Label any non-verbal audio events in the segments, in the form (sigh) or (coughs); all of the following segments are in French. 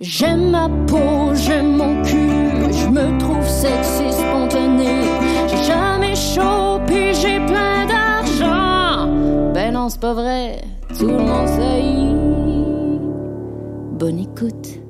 J'aime ma peau, j'aime mon cul, je me trouve sexy spontané. J'ai jamais chaud, puis j'ai plein d'argent. Ben non, c'est pas vrai, tout le monde sait. Bonne écoute.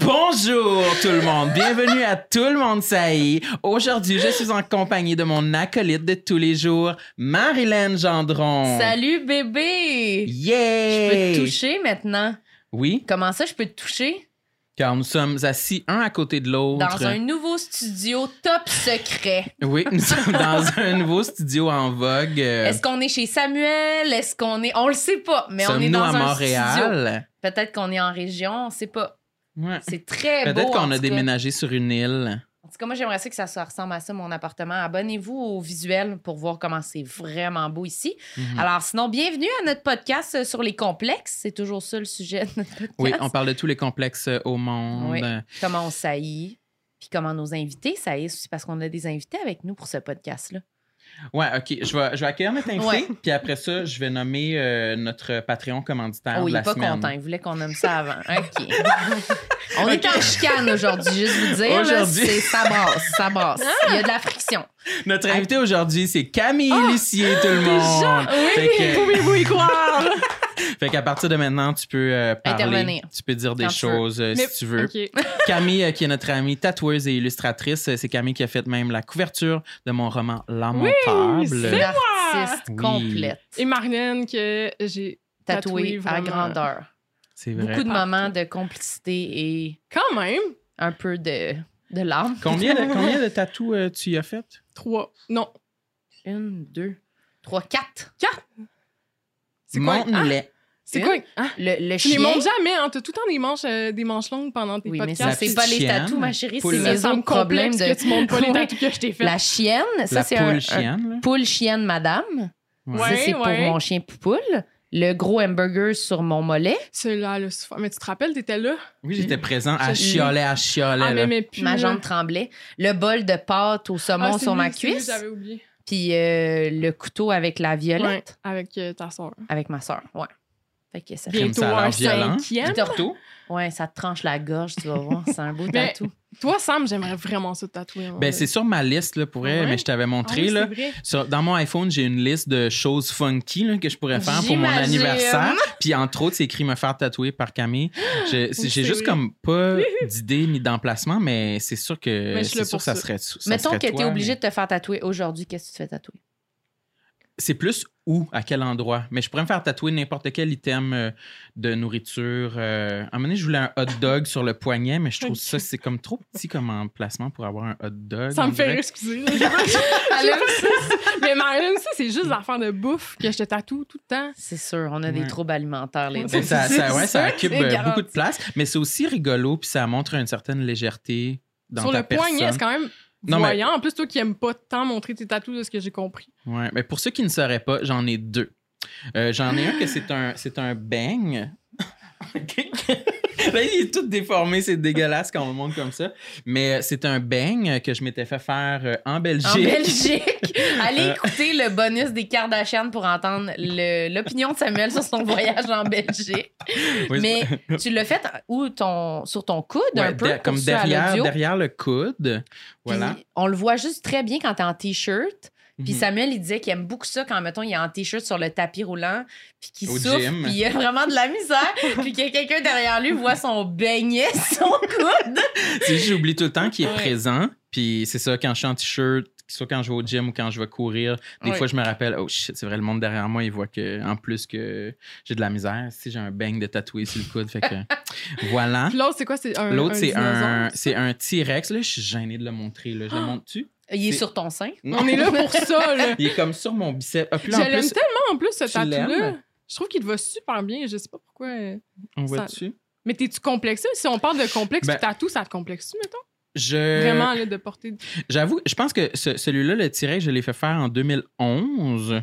Bonjour tout le monde, bienvenue à Tout le monde saillit. Aujourd'hui, je suis en compagnie de mon acolyte de tous les jours, Marilyn Gendron. Salut bébé! Je peux Yay! te toucher maintenant. Oui, Comment ça, je peux te toucher? car nous sommes assis un à côté de l'autre. Dans un nouveau studio top secret. Oui, nous sommes dans un nouveau studio en vogue. euh, Est-ce qu'on est chez Samuel? Est-ce qu'on est. On le sait pas, mais on est Sommes-nous dans à un studio. Montréal? Peut-être qu'on est en région, on sait pas. Ouais. C'est très beau. Peut-être en qu'on a tout cas. déménagé sur une île. En tout cas, moi, j'aimerais ça que ça se ressemble à ça, mon appartement. Abonnez-vous au visuel pour voir comment c'est vraiment beau ici. Mhm. Alors, sinon, bienvenue à notre podcast euh, sur les complexes. C'est toujours ça le sujet de notre podcast. Oui, on parle de tous les complexes euh, au monde. Oui. comment on saillit, puis comment nos invités saillissent aussi, parce qu'on a des invités avec nous pour ce podcast-là. Ouais, OK. Je vais, je vais accueillir notre invité, Ouais. puis après ça, je vais nommer euh, notre Patreon commanditaire oh, de il la est pas semaine. content, il voulait qu'on nomme (laughs) ça avant. OK. on est en chicane aujourd'hui, juste vous dire. là, Aujourd'hui. Ah! c'est ça brasse, ça brasse. Il y a de la friction. Notre invité aujourd'hui, c'est Camille Ah! Lucier, tout le monde. Fait que- pouvez-vous y croire? (laughs) Fait qu'à partir de maintenant, tu peux euh, parler, Intervenir. tu peux dire des Quand tu veux. choses euh, si tu (laughs) veux. Camille, euh, qui est notre amie tatoueuse et illustratrice, euh, c'est Camille qui a fait même la couverture de mon roman L'âme Oui, Une montable. c'est- artiste Oui. complète, Et Marlène, que j'ai tatouée Tatouée, à vraiment. grandeur. C'est vrai. Beaucoup de moments de complicité et quand même un peu de, de larmes. Combien (laughs) de, combien de tatous euh, tu y as fait? trois. Non, Une, deux, trois, quatre. c'est quoi? Ah, Montre-nous-les. c'est Une? quoi? Ah, Le, le je les chien. monte jamais, hein. T'as tout le temps des manches, euh, des manches longues pendant tes Oui, mais podcasts. ça, La c'est petite pas les chienne. tatous, ma chérie, Poule. c'est Ça mes autres problèmes de... que tu montes pas les (laughs) Ouais. tatous que je t'ai fait. La chienne, ça, La c'est poule un, un chienne, là. poule chienne madame. Ouais. Ça, c'est pour ouais. mon chien Poupoule. Le gros hamburger sur mon mollet. Celui-là, le souffle. Mais tu te rappelles, t'étais là? Oui, j'étais présent à Je- chioler, à chioler. ah, là. mais, mais plus. ma là. jambe tremblait. Le bol de pâte au Ah, saumon c'est sur lui, ma c'est lui, cuisse. J'avais oublié. Puis euh, le couteau avec la violette Ouais, avec euh, ta soeur. avec ma soeur. Ouais. Fait que ça. Bien. Bientôt ça a l'air un violent. cinquième. Puis t'as- Ouais, ça te tranche la gorge, tu vas voir. C'est un beau Mais- tatou. Toi, Sam, j'aimerais vraiment ça te tatouer. hein. Ben, c'est sur ma liste, là, pour Ah elle, ouais? mais je t'avais Ah montré, oui, là. c'est vrai. Sur- dans mon iPhone, j'ai une liste de choses funky là, que je pourrais faire pour mon J'imagine. anniversaire. Puis entre autres, c'est écrit me faire tatouer par Camille. Je- c'est- Oui, J'ai Ah, c'est juste vrai. comme (laughs) pas d'idée ni d'emplacement, mais c'est sûr que Mais je suis c'est là sûr pour que ça ça. serait ça Mettons serait que t'es toi, obligé mais- de te faire tatouer aujourd'hui. Qu'est-ce que tu te fais tatouer? C'est plus où, à quel endroit. Mais je pourrais me faire tatouer n'importe quel item euh, de nourriture. Euh, à un moment donné, je voulais un hot dog sur le poignet, mais je trouve Ok. ça c'est comme trop petit comme emplacement pour avoir un hot dog. Ça on me fait dirait. rire, excusez. (laughs) Mais Marlène, ça, c'est juste l'affaire de bouffe que je te tatoue tout le temps. C'est sûr, on a des Ouais. troubles alimentaires, les deux. Ben, ça, (laughs) ça- ouais, ça C'est occupe sûr, euh, c'est beaucoup de garanti. place, mais c'est aussi rigolo, puis ça montre une certaine légèreté dans Sur ta le poignet, c'est personne. quand même Non, mais- voyant. En plus, toi qui aimes pas tant montrer tes tatous de ce que j'ai compris. Ouais, mais pour ceux qui ne sauraient pas, j'en ai deux. Euh, j'en ai un que c'est un, c'est un bang. Ok. Là, il est tout déformé, c'est dégueulasse quand on le montre comme ça. Mais euh, c'est un bang que je m'étais fait faire euh, en Belgique. (laughs) En Belgique. Allez Euh. écouter le bonus des Kardashian pour entendre le- l'opinion de Samuel sur son voyage en Belgique. Oui, Mais tu l'as fait où ton, sur ton coude ouais, un peu de- pour comme ceux à derrière, l'audio. derrière le coude. Puis Voilà. On le voit juste très bien quand t'es en t-shirt. Puis Mhm. Samuel, il disait qu'il aime beaucoup ça quand, mettons, il est en t-shirt sur le tapis roulant, puis qu'il Au souffle, gym. puis il y a vraiment de la (laughs) misère, puis que quelqu'un derrière lui voit son beignet, (laughs) son coude. Tu sais, j'oublie tout le temps qu'il est Ouais. présent. Puis c'est ça, quand je suis en t-shirt, soit quand je vais au gym ou quand je vais courir, des Ouais. fois je me rappelle, oh shit, c'est vrai, le monde derrière moi, il voit que, en plus que j'ai de la misère, si j'ai un bang de tatoué sur le coude. fait (laughs) que, voilà. Puis l'autre, c'est quoi? C'est un. Hein? L'autre, c'est dinosaure. Ah! un, c'est un T-Rex. Là, je suis gêné de le montrer. Là. Je le montre-tu? Il est, C'est- sur ton sein. On est là (laughs) pour ça, là. Il est comme sur mon biceps. Ah, puis Je là, en l'aime plus, tellement en plus, ce tu l'aimes? tatou-là. Je trouve qu'il te va super bien. Je sais pas pourquoi. euh. on voit-tu? Mais t'es-tu complexé? Si on parle de complexe Ben- Euh, puis tatou, ça te complexe-tu, mettons? Je... Vraiment, là, de (laughs) porter. J'avoue, je pense que ce- celui-là, le tirage, je l'ai fait faire en 2011,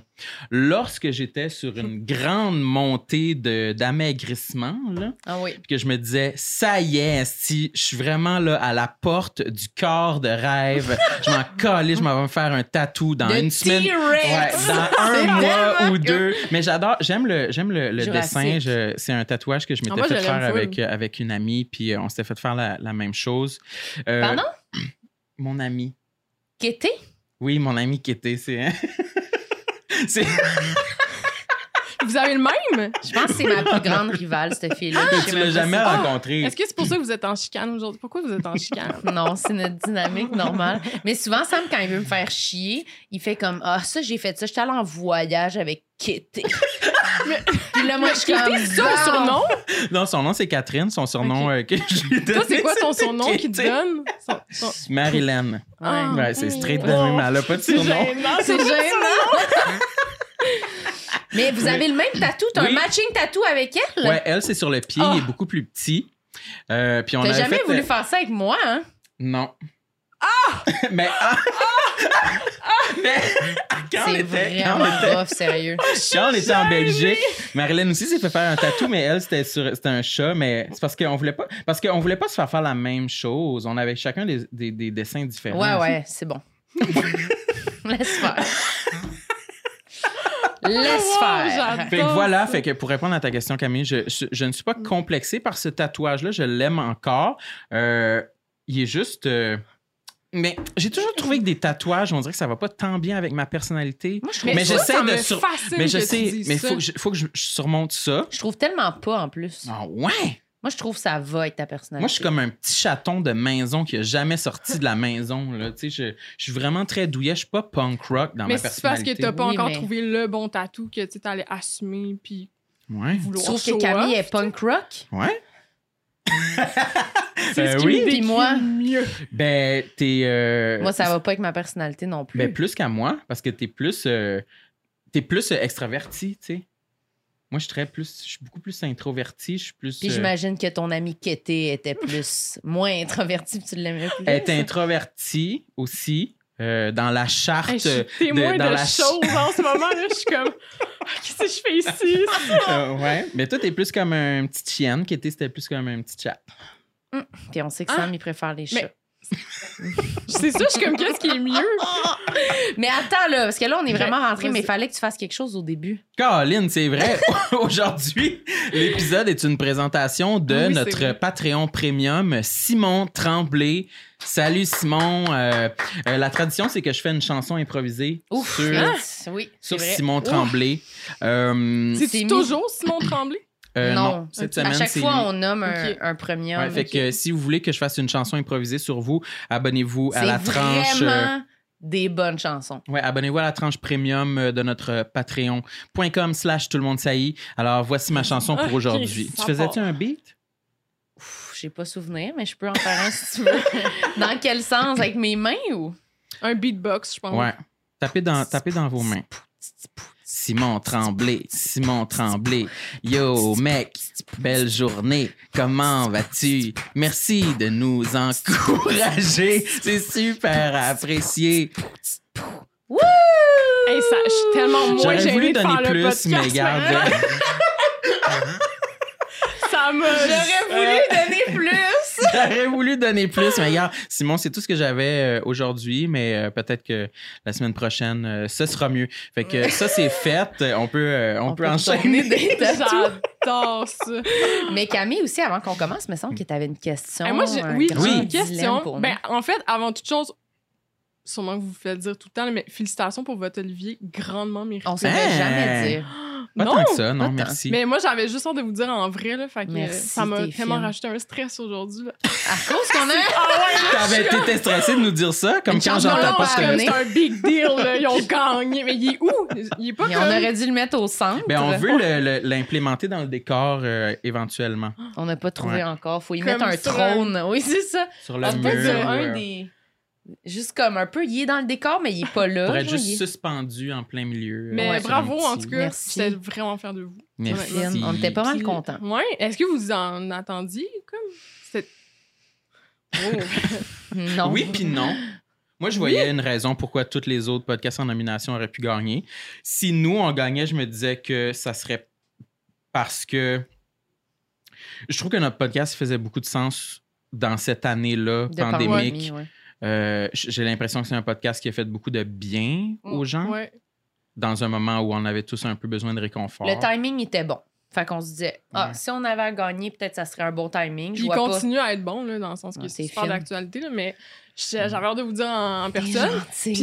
lorsque j'étais sur (laughs) une grande montée de- d'amaigrissement, là, Ah oui. puis que je me disais, ça y est, si je suis vraiment là à la porte du corps de rêve, je (laughs) m'en calais, je m'en vais me faire un tatou dans Le une semaine. Ouais, T-Rex. (laughs) dans C'est un mois tellement ou que- deux. Mais j'adore, j'aime le, j'aime le, le Jurassique. dessin. Je- c'est un tatouage que je Ah, m'étais moi, fait je l'aime faire full. avec, euh, avec une amie, puis euh, on s'était fait faire la, la même chose. Euh, Pardon? Mon ami. Kété? Oui, mon ami qui était, c'est. hein? (laughs) c'est Vous avez le même? Je pense que c'est ma plus grande rivale, cette fille-là. Ah, Je sais Ah! tu même l'as pas jamais si- rencontré. Est-ce que c'est pour ça que vous êtes en chicane aujourd'hui? Pourquoi vous êtes (laughs) en chicane? Non, c'est notre dynamique normale. Mais souvent, Sam, quand il veut me faire chier, il fait comme Ah, ça, j'ai fait ça. J'étais allée en voyage avec (laughs) Kitty. Puis là, moi, je suis comme. Kitty, c'est ça Bon. (laughs) son surnom? Non, son nom, c'est Catherine. Son surnom euh, que je lui Toi, c'est donnais, quoi ton c'était surnom qui te Kitty. donne? Son- son- Marilyn. Ah. Ouais, c'est straight de Oh. même. Elle a pas de C'est surnom. gênant. Ben, C'est gênant. (laughs) Mais vous avez le même tatou. T'as un Oui. matching tatou avec elle? Ouais, elle, c'est sur le pied. Ah. Il est beaucoup plus petit. Euh, puis on T'as avait jamais fait, voulu euh, faire ça avec moi, hein? Non. Ah! (laughs) Mais ah! Ah! (laughs) Mais quand on C'est était, quand vraiment on était- rough, sérieux. quand on était en Belgique, Marilyn aussi s'est fait faire un tatou, mais elle, c'était sur c'était un chat, mais c'est parce qu'on voulait pas parce qu'on voulait pas se faire faire la même chose. On avait chacun des, des- des dessins différents. Ouais, ouais, (laughs) c'est bon. Laisse faire. Laisse Wow, faire. j'adore. Fait que voilà, fait que pour répondre à ta question, Camille, je, je- je ne suis pas complexé par ce tatouage-là, je l'aime encore. Euh, il est juste. euh, Mais j'ai toujours trouvé que des tatouages, on dirait que ça va pas tant bien avec ma personnalité. Moi, je trouve, Mais, Mais ça, j'essaie ça de me sur- fascine Mais je que tu sais, dises mais il ça. faut, que je- faut que je, je surmonte ça. je trouve tellement pas en plus. Ah ouais! Moi, je trouve que ça va avec ta personnalité. Moi, je suis comme un petit chaton de maison qui a jamais sorti de (laughs) la maison. Là. Tu sais, Je, je suis vraiment très douillet. Je suis pas punk rock dans Mais ma c'est parce que personnalité. t'as pas Oui, encore mais- trouvé le bon tatou que tu t'allais assumer puis Ouais. vouloir Tu trouves que show Camille off. est punk rock? (laughs) Ouais. C'est ce Euh, Ben qui oui. me Puis décrit moi- mieux. Ben, t'es. euh, Moi, ça va pas avec ma personnalité non plus. Ben, plus qu'à moi, parce que t'es plus. euh, t'es plus euh, extraverti, tu sais. Moi, je suis très plus. Je suis beaucoup plus introverti. Je suis plus. Puis euh, j'imagine que ton ami Kété était plus moins introverti, puis tu l'aimais plus. elle est introvertie aussi. euh, dans la charte. Hey, Ben, je euh, suis témoin de- de, dans la ch- choses en ce moment. Là, je suis comme, (laughs) Ah, qu'est-ce que je fais ici? euh, ouais. Mais toi, t'es plus comme un petit chienne, qui était, c'était plus comme un petit chat. Euh, Puis on sait ah! que Sam, il préfère les chats. C'est ça, je suis comme, qu'est-ce qui (laughs) est mieux? Mais... attends, là, parce que là, on est vraiment Ouais, rentré, mais vas-y. il fallait que tu fasses quelque chose au début. Caroline, c'est vrai. (laughs) Aujourd'hui, l'épisode est une présentation Ah de oui, c'est notre vrai. Patreon Premium, Simon Tremblay. Salut Simon. Euh, euh, la tradition, c'est que je fais une chanson improvisée Ouf! sur, hein? Oui, c'est sur vrai. Simon Tremblay. Euh, C'est C'est mis- toujours Simon Tremblay? euh, non. non. cette À semaine, chaque c'est fois, lui. on nomme un, Ok. un premium. Ouais, fait que euh, si vous voulez que je fasse une chanson improvisée sur vous, abonnez-vous à C'est la tranche. euh, vraiment des bonnes chansons. Ouais, abonnez-vous à la tranche premium euh, de notre euh, patreon.com slash tout le monde saillit. Alors voici ma chanson pour Ok, aujourd'hui. Tu ça faisais-tu part. un beat? Ouf, J'ai pas souvenir, mais je peux en faire un si tu (laughs) veux. Dans quel sens? Avec mes mains ou? Un beatbox, je pense. Ouais. Tapez dans, tapez dans vos mains. Simon Tremblay, Simon Tremblay. Yo, Oh, mec, belle journée. Comment vas-tu? Merci de nous encourager. C'est super apprécié. Hey, ça, je suis tellement moins J'aurais gênée voulu de faire donner le plus, podcast. mais maintenant. garde. Ça (laughs) me... (laughs) J'aurais voulu donner plus! J'aurais voulu donner plus, mais regarde, Simon, c'est tout ce que j'avais euh, aujourd'hui, mais euh, peut-être que la semaine prochaine, euh, ce sera mieux. Fait que euh, ça, c'est fait. Euh, On peut, euh, on peut enchaîner. (laughs) des tatous. J'adore ça. Mais Camille aussi, avant qu'on commence, il me semble que tu avais une question. Hey, moi, j'ai un oui, grand j'ai Oui. une dilemme pour question. nous. Ben, en fait, avant toute chose, sûrement que vous vous faites dire tout le temps, mais félicitations pour votre Olivier, grandement mérité. on se Hein? fait jamais dire. Pas non, tant que ça, non, pas tant. merci. mais moi j'avais juste hâte de vous dire en vrai, là, fait que Merci, ça m'a t'es tellement fine. rajouté un stress aujourd'hui. là. À cause (laughs) qu'on a. T'avais été stressé de nous dire ça, comme Une quand chance de j'entends pas l'or, ce parce que que- Aaron. c'est un big deal, là, ils ont gagné, mais il est où? Il est pas Mais comme... on aurait dû le mettre au centre. Ben, on veut le- le- l'implémenter dans le décor euh, éventuellement. On n'a pas trouvé Ouais. encore. Faut y Comme mettre un sur trône. Oui, c'est ça. Sur le On mur. peut dire euh, un des. Juste comme un peu, il est dans le décor, mais il est pas là. Pour être genre, juste il est- suspendu en plein milieu. euh, Mais sur un bravo en petit- tout cas, Merci. c'était vraiment fier de vous. Merci. Fine, On était pas mal Puis- contents. (laughs) Ouais, est-ce que vous en attendiez comme c'est Oh. Non. Oui, puis non. Moi, je voyais une raison pourquoi tous les autres podcasts en nomination auraient pu gagner. Si nous, on gagnait, je me disais que ça serait parce que je trouve que notre podcast faisait beaucoup de sens dans cette année-là De pandémie, pandémique. ouais. Euh, J'ai l'impression que c'est un podcast qui a fait beaucoup de bien Mm, aux gens Ouais. dans un moment où on avait tous un peu besoin de réconfort. Le timing était bon. Fait qu'on se disait, ah, Ouais. si on avait gagné, peut-être ça serait un bon timing. Puis Je il vois pas. continue à être bon, là, dans le sens que Ouais, c'est c'est super fine. d'actualité, là, mais j'ai- j'avais hâte de vous dire en, en T'es personne. (laughs) gentil.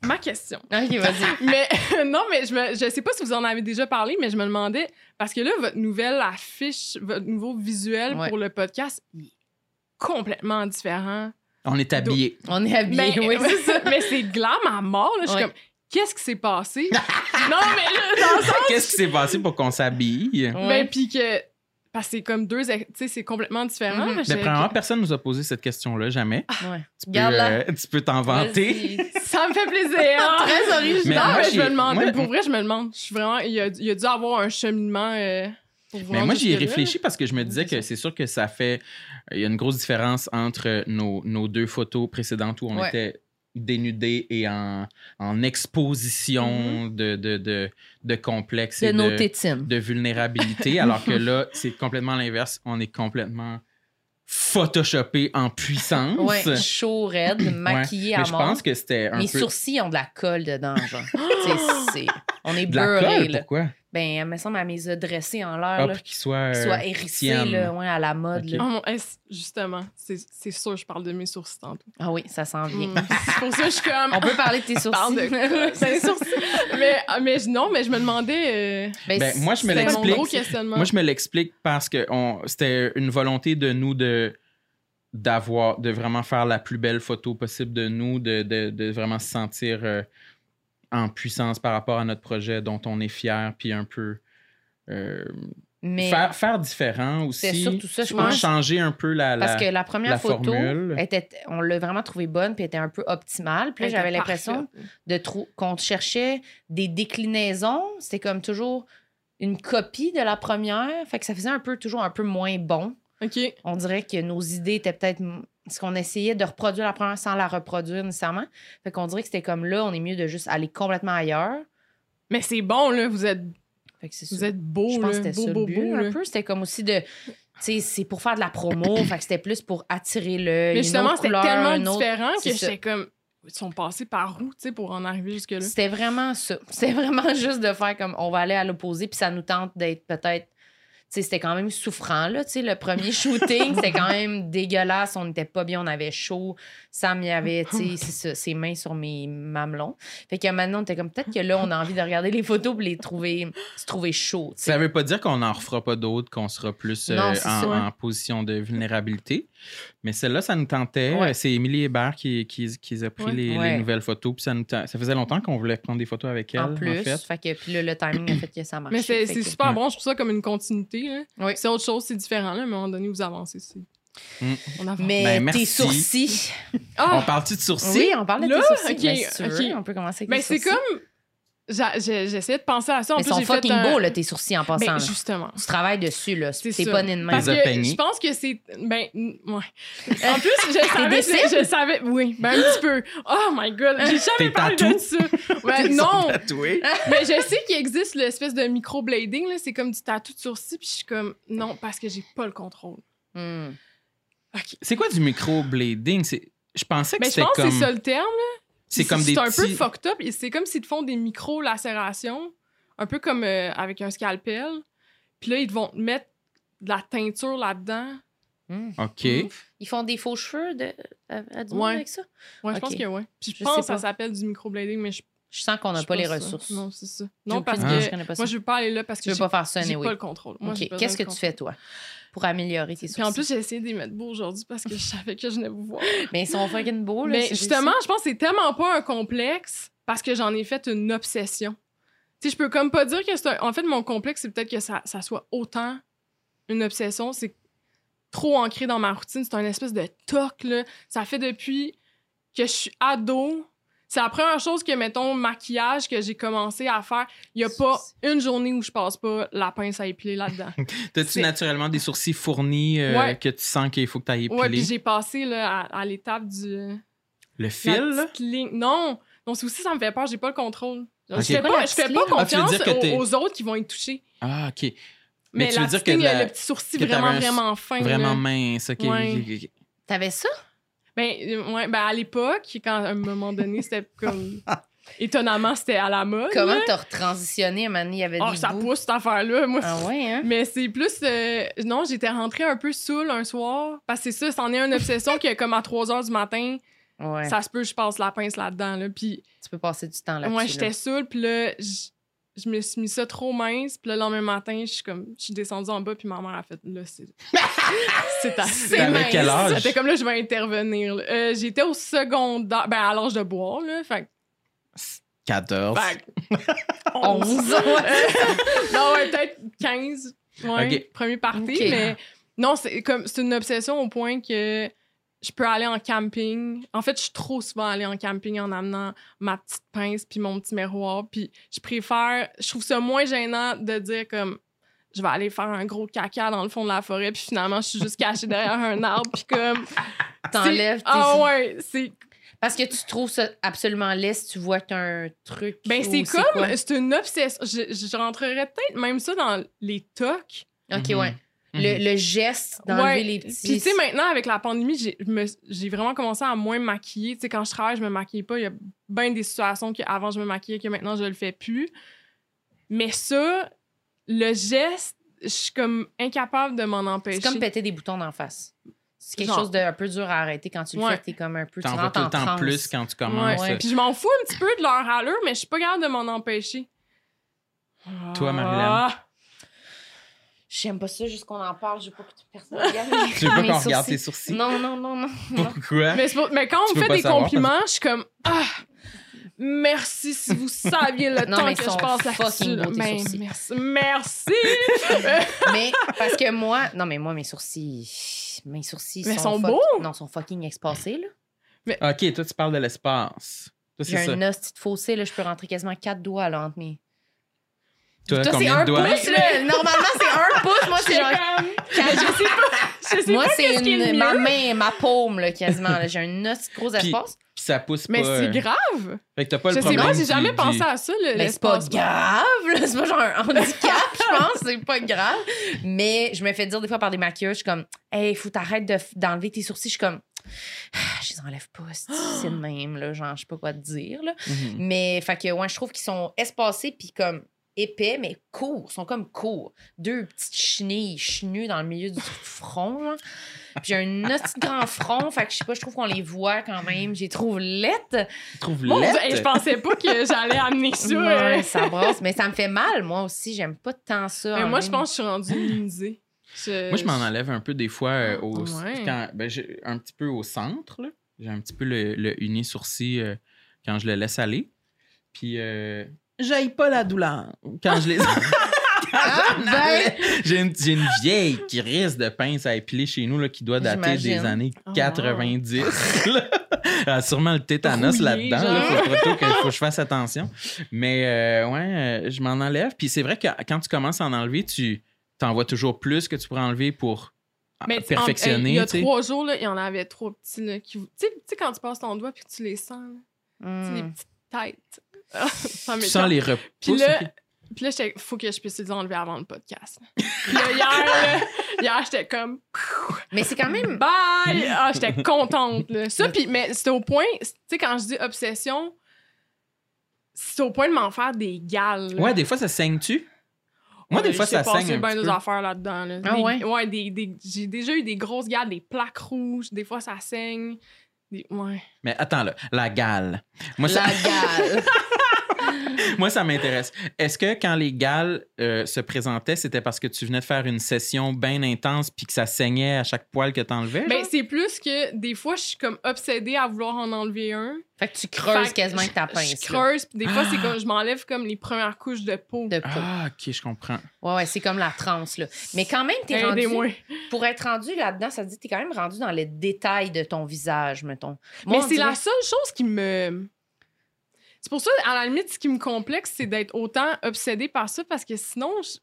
Puis ma question. Ok, vas-y. Mais (laughs) non, mais je, me, je sais pas si vous en avez déjà parlé, mais je me demandais, parce que là, votre nouvelle affiche, votre nouveau visuel Ouais. pour le podcast, il est complètement différent. On est (laughs) habillés. On est habillés, Mais- oui, c'est (laughs) ça. mais (laughs) c'est glam à mort, là. Je suis Ouais. comme, qu'est-ce qui (laughs) s'est passé? non, mais là, dans Ah, le sens- Qu'est-ce qui s'est passé pour qu'on s'habille? Ben, puis que. Parce que c'est comme deux. ex- Tu sais, c'est complètement différent. Mhm. mais Mais j'étais- premièrement, personne nous a posé cette question-là, jamais. ah, Ouais. Tu peux, Garde-la. euh, tu peux t'en vanter. Ah, Vas-y. Ça me fait plaisir. (laughs) Très Non, Mais original. moi, mais je me j'ai- demande. moi, pour vrai, je me demande. Je suis vraiment. Il y a, il y a dû avoir un cheminement. euh, pour Mais vraiment moi, j'y ai jusque-là. réfléchi parce que je me disais c'est que c'est sûr que ça fait. Il y a une grosse différence entre nos, nos deux photos précédentes où on Ouais. était dénudés et en, en exposition de, de, de, de complexe Mm-hmm. De et nos de, tétines. de vulnérabilité, alors que (laughs) là, c'est complètement l'inverse. On est complètement photoshopé en puissance. Ouais, chaud, raide, maquillé Mais à je mort. pense que c'était un Mes peu. sourcils ont de la colle dedans, (gasps) genre. T'sais, c'est- On est De la colle, beurrés, là. pourquoi? Ben, elle me semble, elle me les a dressés en Ah, l'air, là. pour qu'il soit, Qu'ils euh, soient hérissés, tienne. là, ouais, à la mode, Ok. là. Oh mon- eh, c'est- justement, c'est c'est sûr, je parle de mes sourcils tantôt. Ah oui, ça s'en vient. Mm. C'est pour ça que je suis comme. On (laughs) peut parler de tes on parle sourcils. (laughs) de (laughs) c'est sourcils. Mais, ah, mais je- non, mais je me demandais. euh, Ben, moi, je me c'était mon l'explique. gros questionnement. Moi, je me l'explique parce que on- c'était une volonté de nous de d'avoir, de vraiment faire la plus belle photo possible de nous, de, de- de vraiment se sentir euh, en puissance par rapport à notre projet dont on est fier, puis un peu euh, Mais faire, faire différent aussi. c'est surtout ça, je Ouais. pense. Changer un peu la, la- Parce que la première la photo, formule. était, on l'a vraiment trouvée bonne, puis était un peu optimale. Puis là, elle j'avais était l'impression parfaite. de trou- qu'on cherchait des déclinaisons. C'était comme toujours une copie de la première. Fait que ça faisait un peu toujours un peu moins bon. OK. On dirait que nos idées étaient peut-être m- ce qu'on essayait de reproduire la première sans la reproduire nécessairement. Fait qu'on dirait que c'était comme là, on est mieux de juste aller complètement ailleurs. Mais c'est bon, là. Vous êtes, Fait que c'est vous ça. êtes beau, Je là. pense que c'était beau, ça le beau, but, beau, un là. peu. C'était comme aussi de. Tu sais, c'est pour faire de la (coughs) promo, fait que c'était plus pour attirer l'œil. Mais une justement, autre c'était couleur, tellement une autre- différent que c'est ça. j'étais comme. Ils sont passés par où, tu sais, pour en arriver jusque-là? C'était vraiment ça. (laughs) C'était vraiment juste de faire comme on va aller à l'opposé, puis ça nous tente d'être peut-être. Tu sais, c'était quand même souffrant, là. Tu sais, le (laughs) premier shooting, c'était quand même dégueulasse. On n'était pas bien, on avait chaud. Sam, il avait, tu sais, c'est ça, ses mains sur mes mamelons. Fait que maintenant, on était comme peut-être que là, on a envie de regarder les photos pour les trouver, se trouver chaud. tu sais. Ça veut pas dire qu'on n'en refera pas d'autres, qu'on sera plus euh, Non, c'est en, ça. en position de vulnérabilité. Mais celle-là, ça nous tentait. Ouais. C'est Émilie Hébert qui, qui, qui a pris Ouais. les, les Ouais. nouvelles photos. Puis ça, nous ten- ça faisait longtemps qu'on voulait prendre des photos avec elle, en, En plus, fait. fait. que puis là, le timing a fait que ça marche. Mais c'est c'est super Ouais. bon, je trouve ça comme une continuité. là. Oui. C'est autre chose, c'est différent. Là, à un moment donné, vous avancez. c'est- Mm. On avance. Mais Ben, tes merci. sourcils. Ah! On parle-tu de sourcils? Oui, on parle de Là, tes sourcils. ok, Ben, si tu veux, ok. on peut commencer avec Ben, tes c'est sourcils. comme. j'a- j'ai- J'essayais de penser à ça. En Ils plus, sont j'ai fait fucking un- beaux, là, tes sourcils en passant. Ben, là. justement. Tu travailles dessus, là. C'est ça. pas né de même. Parce Les a que peignés. je pense que c'est. Ben, n- (laughs) ouais. En plus, je savais. décide? Je, savais. Oui, ben, un petit peu. Oh my god, j'ai jamais Tes parlé de tatous? ça. (laughs) Ils Ben, sont non, tatoués. mais je sais qu'il existe l'espèce de microblading, là. C'est comme du tatou de sourcil, puis je suis comme. Non, parce que j'ai pas le contrôle. Hmm. C'est quoi du micro-blading? C'est- Je pensais que Mais Ben, je c'était pense que comme... c'est ça le terme. C'est comme des C'est un peu petits- fucked up. C'est comme s'ils te font des micro-lacérations, un peu comme euh, avec un scalpel. Puis là, ils te vont te mettre de la teinture là-dedans. Hmm. OK. Mm. Ils font des faux cheveux de... à, à du Ouais. monde avec ça? Ouais, je Ok. pense que ouais. Puis je, Je pense sais que ça pas. s'appelle du microblading, mais je Je sens qu'on n'a je pas les pense ça. ressources. Non, c'est ça. J'ai Non, aucune parce idée, que je connais pas ça. moi, je veux pas aller là parce que Tu veux j'ai pas faire ça, j'ai anyway. pas le contrôle. Moi, Ok, j'ai pas Qu'est-ce que le tu contrôle. fais, toi, pour améliorer tes Puis sourcils? en plus, j'ai essayé de les mettre beaux aujourd'hui (laughs) parce que je savais que je venais vous voir. mais ils sont fucking beaux, Oh, là. Mais c'est- c'est- justement, je pense que c'est tellement pas un complexe parce que j'en ai fait une obsession. Tu sais, je peux comme pas dire que c'est un... En fait, mon complexe, c'est peut-être que ça, ça soit autant une obsession. C'est trop ancré dans ma routine. C'est un espèce de toc, là. Ça fait depuis que je suis ado. C'est la première chose que, mettons, maquillage que j'ai commencé à faire. Il n'y a pas une journée où je passe pas la pince à (laughs) épiler là-dedans. T'as-tu C'est- naturellement des sourcils fournis euh, Ouais. que tu sens qu'il faut que t'ailles épiler? ouais, puis j'ai passé là, à, à l'étape du. le la fil? là? petite ligne. Non, non, c'est aussi, ça me fait peur, j'ai pas le contrôle. Ok. Je fais Quoi, pas, la je fais petite pas ligne? Ah, tu veux confiance dire que t'es- aux, aux autres qui vont être touchés. Ah, OK. Mais Mais, tu la veux dire petite que ligne, la- le petit sourcil que t'avais vraiment, un- vraiment fin. là. Vraiment mince, OK. Ouais. ok, ok, ok. T'avais ça? Ben, euh, ouais, ben à l'époque, quand à un moment (laughs) donné, c'était comme. Étonnamment, c'était à la mode. Comment là. t'as retransitionné, Mani? Il y avait Oh, des ça bouts. pousse cette affaire-là. Moi, Ah ouais, hein? Mais c'est plus. euh, non, j'étais rentrée un peu saoule un soir. Parce que c'est ça, c'en est une obsession que, comme à 3 h du matin, Ouais. ça se peut, je passe la pince là-dedans. Là. Puis, Tu peux passer du temps là-dessus. moi, là. j'étais saoule, puis là, je je me suis mis ça trop mince. Puis le lendemain matin, je suis comme. Je suis descendue en bas, puis ma mère a fait. Là, (laughs) c'est. c'est assez C'est T'avais mince. quel âge? C'était comme là, je vais intervenir. là. Euh, J'étais au secondaire. Ben, à l'âge de boire, là. Fait que 14. Fait Onze. 11. non, ouais, peut-être 15. Ouais, Ok. premier parti. Ok. Mais non, c'est comme c'est une obsession au point que je peux aller en camping. En fait, je suis trop souvent allée en camping en amenant ma petite pince puis mon petit miroir. Puis je préfère, je trouve ça moins gênant de dire comme je vais aller faire un gros caca dans le fond de la forêt puis finalement je suis juste cachée derrière un arbre puis comme T'enlèves c'est- (laughs) tes- ah ouais c'est Parce que tu trouves ça absolument laid si tu vois que t'as un truc. ben ou c'est quoi. comme c'est une obsession je, je rentrerais peut-être même ça dans les tocs Ok, Mhm. ouais. Le, le geste d'enlever Ouais. les petits. Puis tu sais, maintenant, avec la pandémie, j'ai- je me- j'ai vraiment commencé à moins me maquiller. Tu sais, quand je travaille, je me maquille pas. Il y a bien des situations qu'avant, je me maquillais, que maintenant, je le fais plus. Mais ça, le geste, je suis comme incapable de m'en empêcher. C'est comme péter des boutons d'en face. C'est quelque Genre. chose d'un peu dur à arrêter quand tu le Ouais. fais. T'es comme un peu. Tu T'en vois rentres tout en le temps transe. plus quand tu Ouais. commences. Ouais. Puis je m'en fous un petit peu de leur allure, mais je suis pas capable de m'en empêcher. Toi, Marilyn. Ah. J'aime pas ça, juste qu'on en parle. Je veux pas que (laughs) personne regarde. Tu veux Ah, pas mes qu'on regarde sourcils. tes sourcils? Non, non, non, non. Pourquoi? Mais, c'est pour- mais quand on Hein? Tu me veux fait pas des savoir, compliments, je suis comme Ah! Merci si vous saviez (laughs) le Non, temps mais que ils sont je passe fucking là-dessus. beaux, tes Ben, sourcils. merci. (laughs) Merci! Mais parce que moi, non, mais moi, mes sourcils. Mes sourcils. Mais sont sont fuck- beaux. Non, sont fucking espacés, là. OK, toi, tu parles de l'espace. Toi, J'ai c'est ça. un hostie de fossé, là. Je peux rentrer quasiment quatre doigts, là, entre mes. Toi, c'est combien un de doigts? pouce, là. Normalement, c'est un (laughs) pouce. Moi, c'est J'étais genre comme- quatre. Je sais pas. Je sais Moi, pas c'est qu'est-ce qui est une le ma mieux. main, ma paume, là, quasiment. là. J'ai un os gros Puis- espace. Puis ça pousse Mais pas. c'est euh, grave. Fait que t'as pas Je le sais problème. pas, j'ai du- jamais du- pensé à ça, le- Mais c'est pas l'espace. grave, là. C'est pas genre un handicap, (laughs) je pense. C'est pas grave. Mais je me fais dire des fois par des maquilleurs, je suis comme, hey, faut t'arrêtes de f- d'enlever tes sourcils. Je suis comme, (sighs) Ah, je les enlève pas, c'est c'est de même, là. Genre, je sais pas quoi te dire, là. Mhm. Mais, fait que, ouais, je trouve qu'ils sont espacés puis comme épais, mais courts. Ils sont comme courts. Deux petites chenilles chenues dans le milieu du front, là. Puis j'ai un (laughs) petit grand front. Fait que, je sais pas, je trouve qu'on les voit quand même. J'ai trouve lettres. Tu trouves Mon Dieu, laid? hey, je pensais pas que j'allais amener ça. Ouais, hein. ça brasse, mais ça me fait mal, moi aussi. J'aime pas tant ça. Mais en moi, je ligne. pense que je suis rendue immunisée. Je- Moi, je m'en enlève un peu des fois euh, au, Ouais. quand- ben, j'ai un petit peu au centre. là. J'ai un petit peu le, le uni sourcil euh, quand je le laisse aller. Puis, euh, j'aille pas la douleur quand je les. Quand Ah, j'en ben! enlève. j'ai, une, j'ai une vieille qui risque de pince à épiler chez nous là, qui doit dater J'imagine. des années Oh, wow. 90. là. Elle a sûrement le tétanos Rouillé, là-dedans. genre. là. faut, pas trop que, faut que je fasse attention. Mais euh, ouais, euh, je m'en enlève. Puis c'est vrai que quand tu commences à en enlever, tu t'en vois toujours plus que tu pourrais enlever pour ah, Mais tu- en- hey, perfectionner. Il y a tu sais. trois jours, là, il y en avait trois petits. là, qui- Tu sais- tu sais, quand tu passes ton doigt puis que tu les sens, là, tu sais, les Hmm. petites têtes. (laughs) Ça Tu m'étonne. sens les repousses. Puis là, ok. Puis là, j'étais, faut que je puisse les enlever avant le podcast. Puis là, hier, là, (laughs) hier j'étais comme, Mais c'est quand Hmm. même. Bye! Ah, j'étais contente. Là. Ça, puis, mais c'était au point, tu sais, quand je dis obsession, c'est au point de m'en faire des gales. là. Ouais, des fois, ça saigne-tu? Moi, des Euh, fois, ça J'ai passé saigne. un bien petit des peu. affaires là-dedans. là. Ah Des- ouais? des- des- j'ai déjà eu des grosses gales, des plaques rouges, des fois, ça saigne. Des- ouais. Mais attends, là, la gale. Moi, ça, La (laughs) gale. (laughs) moi, ça m'intéresse. Est-ce que quand les gales euh, se présentaient, c'était parce que tu venais de faire une session bien intense puis que ça saignait à chaque poil que t'enlevais? Ben, genre? c'est plus que des fois, je suis comme obsédée à vouloir en enlever un. fait que tu creuses Fait que quasiment avec ta pince. Je là, creuse, puis des fois, c'est Ah. comme je m'enlève comme les premières couches de peau. De peau. Ah, ok, je comprends. Ouais, ouais, c'est comme la transe, là. Mais quand même, t'es rendu. Aidez-moi. Pour être rendu là-dedans, ça te dit que t'es quand même rendu dans les détails de ton visage, mettons. Moi, Mais on c'est la dirait- seule chose qui me. C'est pour ça, à la limite, ce qui me complexe, c'est d'être autant obsédée par ça parce que sinon, je-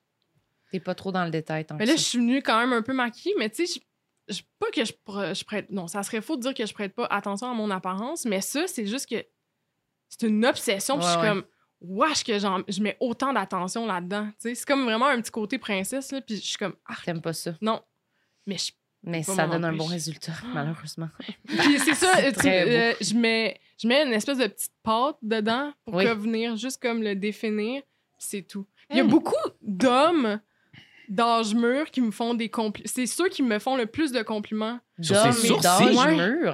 T'es pas trop dans le détail. tant Mais que là, je ça. suis venue quand même un peu maquillée, mais tu sais, je, je- pas que je, pr- je prête. Non, ça serait faux de dire que je prête pas attention à mon apparence, mais ça, c'est juste que c'est une obsession. puis je suis Ouais, ouais. comme, wesh, que j'en- je mets autant d'attention là-dedans. Tu sais, c'est comme vraiment un petit côté princesse, là, puis je suis comme, ah, T'aimes pas ça. non. Mais je- Mais Faut ça m'en donne un bon empêcher. (gasps) résultat, malheureusement. puis c'est ça, C'est tu- très beau. euh, je, mets, je mets une espèce de petite pâte dedans pour Oui. que venir juste comme le définir, puis c'est tout. Il y a Hmm. beaucoup d'hommes d'âge mûr qui me font des compliments. C'est ceux qui me font le plus de compliments. Sur D'homme ses et sourcils. d'âge Ouais. mûr.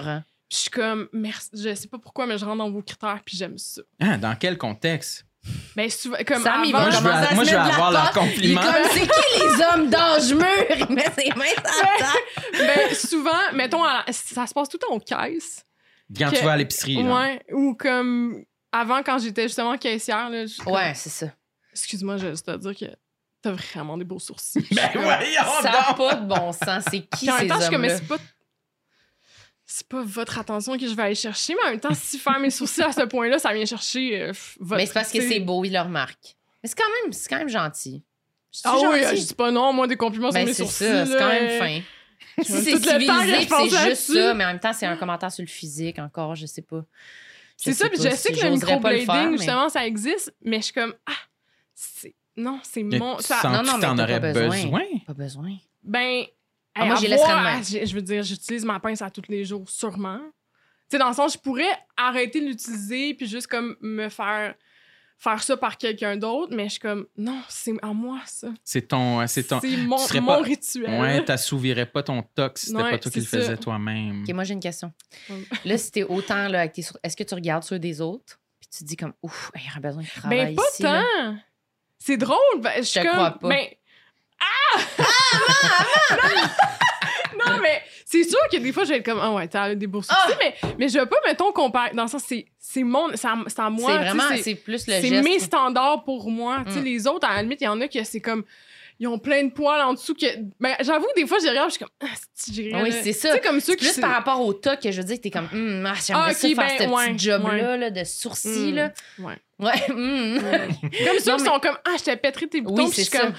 Puis je suis comme, merci, je sais pas pourquoi, mais je rentre dans vos critères, puis j'aime ça. Ah, dans quel contexte? Mais souvent, comme Sam, il moi, avant, va je veux, commencer à se moi, je veux mettre de la avoir leur pâte. Il est compliment. comme, c'est qui les hommes d'âge mûr? Il met ses mains sur la table. ben, souvent, mettons, à la- ça se passe tout le temps aux caisses. Quand que- tu vas à l'épicerie, là. Ouais, ou comme avant, quand j'étais justement caissière, là, je suis comme, Ouais, c'est ça. excuse-moi, je juste à dire que t'as vraiment des beaux sourcils. (laughs) Ben voyons Ça n'a donc! pas de bon sens. C'est qui Puis en même ces temps, je suis comme, mais hommes-là? c'est pas. C'est pas votre attention que je vais aller chercher, mais en même temps, si faire mes sourcils à ce point-là, ça vient chercher euh, pff, votre. Mais c'est parce que tu sais. c'est beau, il le remarque. Mais c'est quand même, c'est quand même gentil. Je suis Ah oui, gentille. je dis pas non, moi, des compliments Ben, sur mes c'est sourcils. euh, ça, c'est quand là, même fin. (laughs) Si c'est Tout le temps que je civilisé, pense puis c'est juste là-dessus. ça, mais en même temps, c'est un commentaire sur le physique encore, je sais pas. C'est ça, puis je sais que le microblading, justement, ça existe, mais je suis comme, ah, c'est. Non, c'est mon. Tu Ça, sens Non, que non, tu mais t'en t'as aurais pas besoin. besoin. Pas besoin. ben. Ah, hey, moi, j'y à laisserais voir, de même. ah, j'ai- Je veux dire, j'utilise ma pince à tous les jours, sûrement. Tu sais, dans le sens, je pourrais arrêter de l'utiliser, puis juste comme me faire. Faire ça par quelqu'un d'autre, mais je suis comme, non, c'est à moi, ça. C'est ton. euh, C'est ton... mon, serais mon pas- rituel. Ouais, t'assouvirais pas ton toc si c'était Ouais, pas toi qui le c'est ça. faisais toi-même. OK, moi, j'ai une question. Hum. Là, si t'es autant là, avec tes sourcils, est-ce que tu regardes ceux des autres? Puis tu te dis comme, ouf, il y aurait besoin de travail Ben, pas ici, là. tant. C'est drôle. ben, je suis te comme. crois pas. ben- Ah! (laughs) non, non, mais c'est sûr que des fois, je vais être comme, ah ouais, t'as des bourses. Ah! Mais, mais je veux pas, mettons, comparer. Dans le sens, c'est c'est mon. C'est à, c'est à moi. C'est tu sais, vraiment, c'est- c'est plus le geste. C'est mes standards pour moi. Tu sais, Mm. les autres, à la limite, il y en a que c'est comme. Ils ont plein de poils en dessous. Que... Ben, J'avoue, des fois, je les regarde, je suis comme. Ah, c'est-tu que j'ai rien, Oui, là? c'est Tu ça. sais, comme ceux C'est qui. Juste se- par rapport au toc que je veux dire, que t'es comme, hum, ah, j'aimerais Ah, ça ok, faire ben, ce ouais, petit job-là là, de sourcil. Mm, là. ouais. Ouais, (laughs) hum. Mm. (laughs) comme ceux Non, qui mais- sont comme, ah, je t'ai pété tes boutons, Oui, puis je c'est suis ça. comme,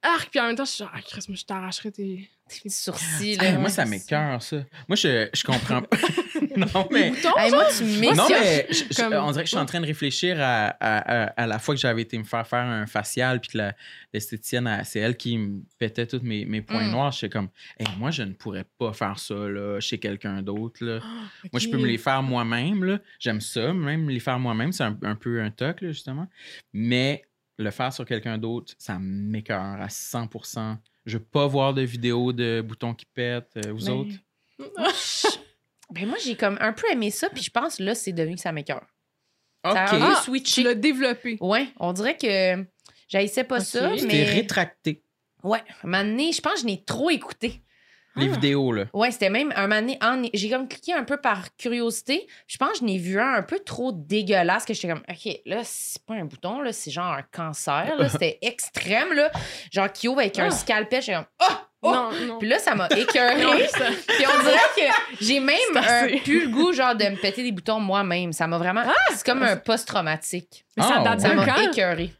arc, puis en même temps, je suis genre, ah, Chris, moi, je (laughs) t'arracherai tes. Tes (laughs) petits sourcils. Ah, là, moi, ouais. ça m'écoeure, ça. Moi, je, je comprends (laughs) pas. (laughs) non, mais. boutons, Hey, moi, tu Non, m'écoeures. mais je- je- Comme- on dirait que je suis en train de réfléchir à, à- à- à la fois que j'avais été me faire faire un facial, puis que la- l'esthéticienne, elle- c'est elle qui me pétait tous mes, mes points Mm. noirs. Je suis comme, Hey, moi, je ne pourrais pas faire ça là, chez quelqu'un d'autre. là. Moi, je peux Ok. me les faire moi-même. là. J'aime ça, même les faire moi-même. C'est un, un peu un toc, là, justement. Mais le faire sur quelqu'un d'autre, ça m'écœure à 100 Je veux pas voir de vidéos de boutons qui pètent. euh, Vous Mais- autres? Ben moi, j'ai comme un peu aimé ça, puis je pense là, c'est devenu que ça m'écoeure. OK. Ça a un peu Ah, Tu switché. l'as développé. Ouais, on dirait que j'haïssais pas Ok. ça, Tu t'es mais... rétracté. Ouais, un moment donné, je pense que je n'ai trop écouté. Les Ah. vidéos, là. Ouais, c'était même un moment donné, en- j'ai comme cliqué un peu par curiosité. Je pense que je n'ai vu un un peu trop dégueulasse que j'étais comme, OK, là, c'est pas un bouton, là, c'est genre un cancer, (laughs) là, c'était extrême, là. Genre qui ouvre avec un Ah. scalpel, j'étais comme, oh! Oh! Non, non. Puis là, ça (laughs) m'a écœuré. Non, ça- Puis on dirait que j'ai même C'est assez. Ah! euh, plus le goût, genre, de me péter des boutons moi-même. Ça m'a vraiment. c'est comme un post-traumatique. Mais ça Ah, date ouais. Ça de m'a quand? écœuré.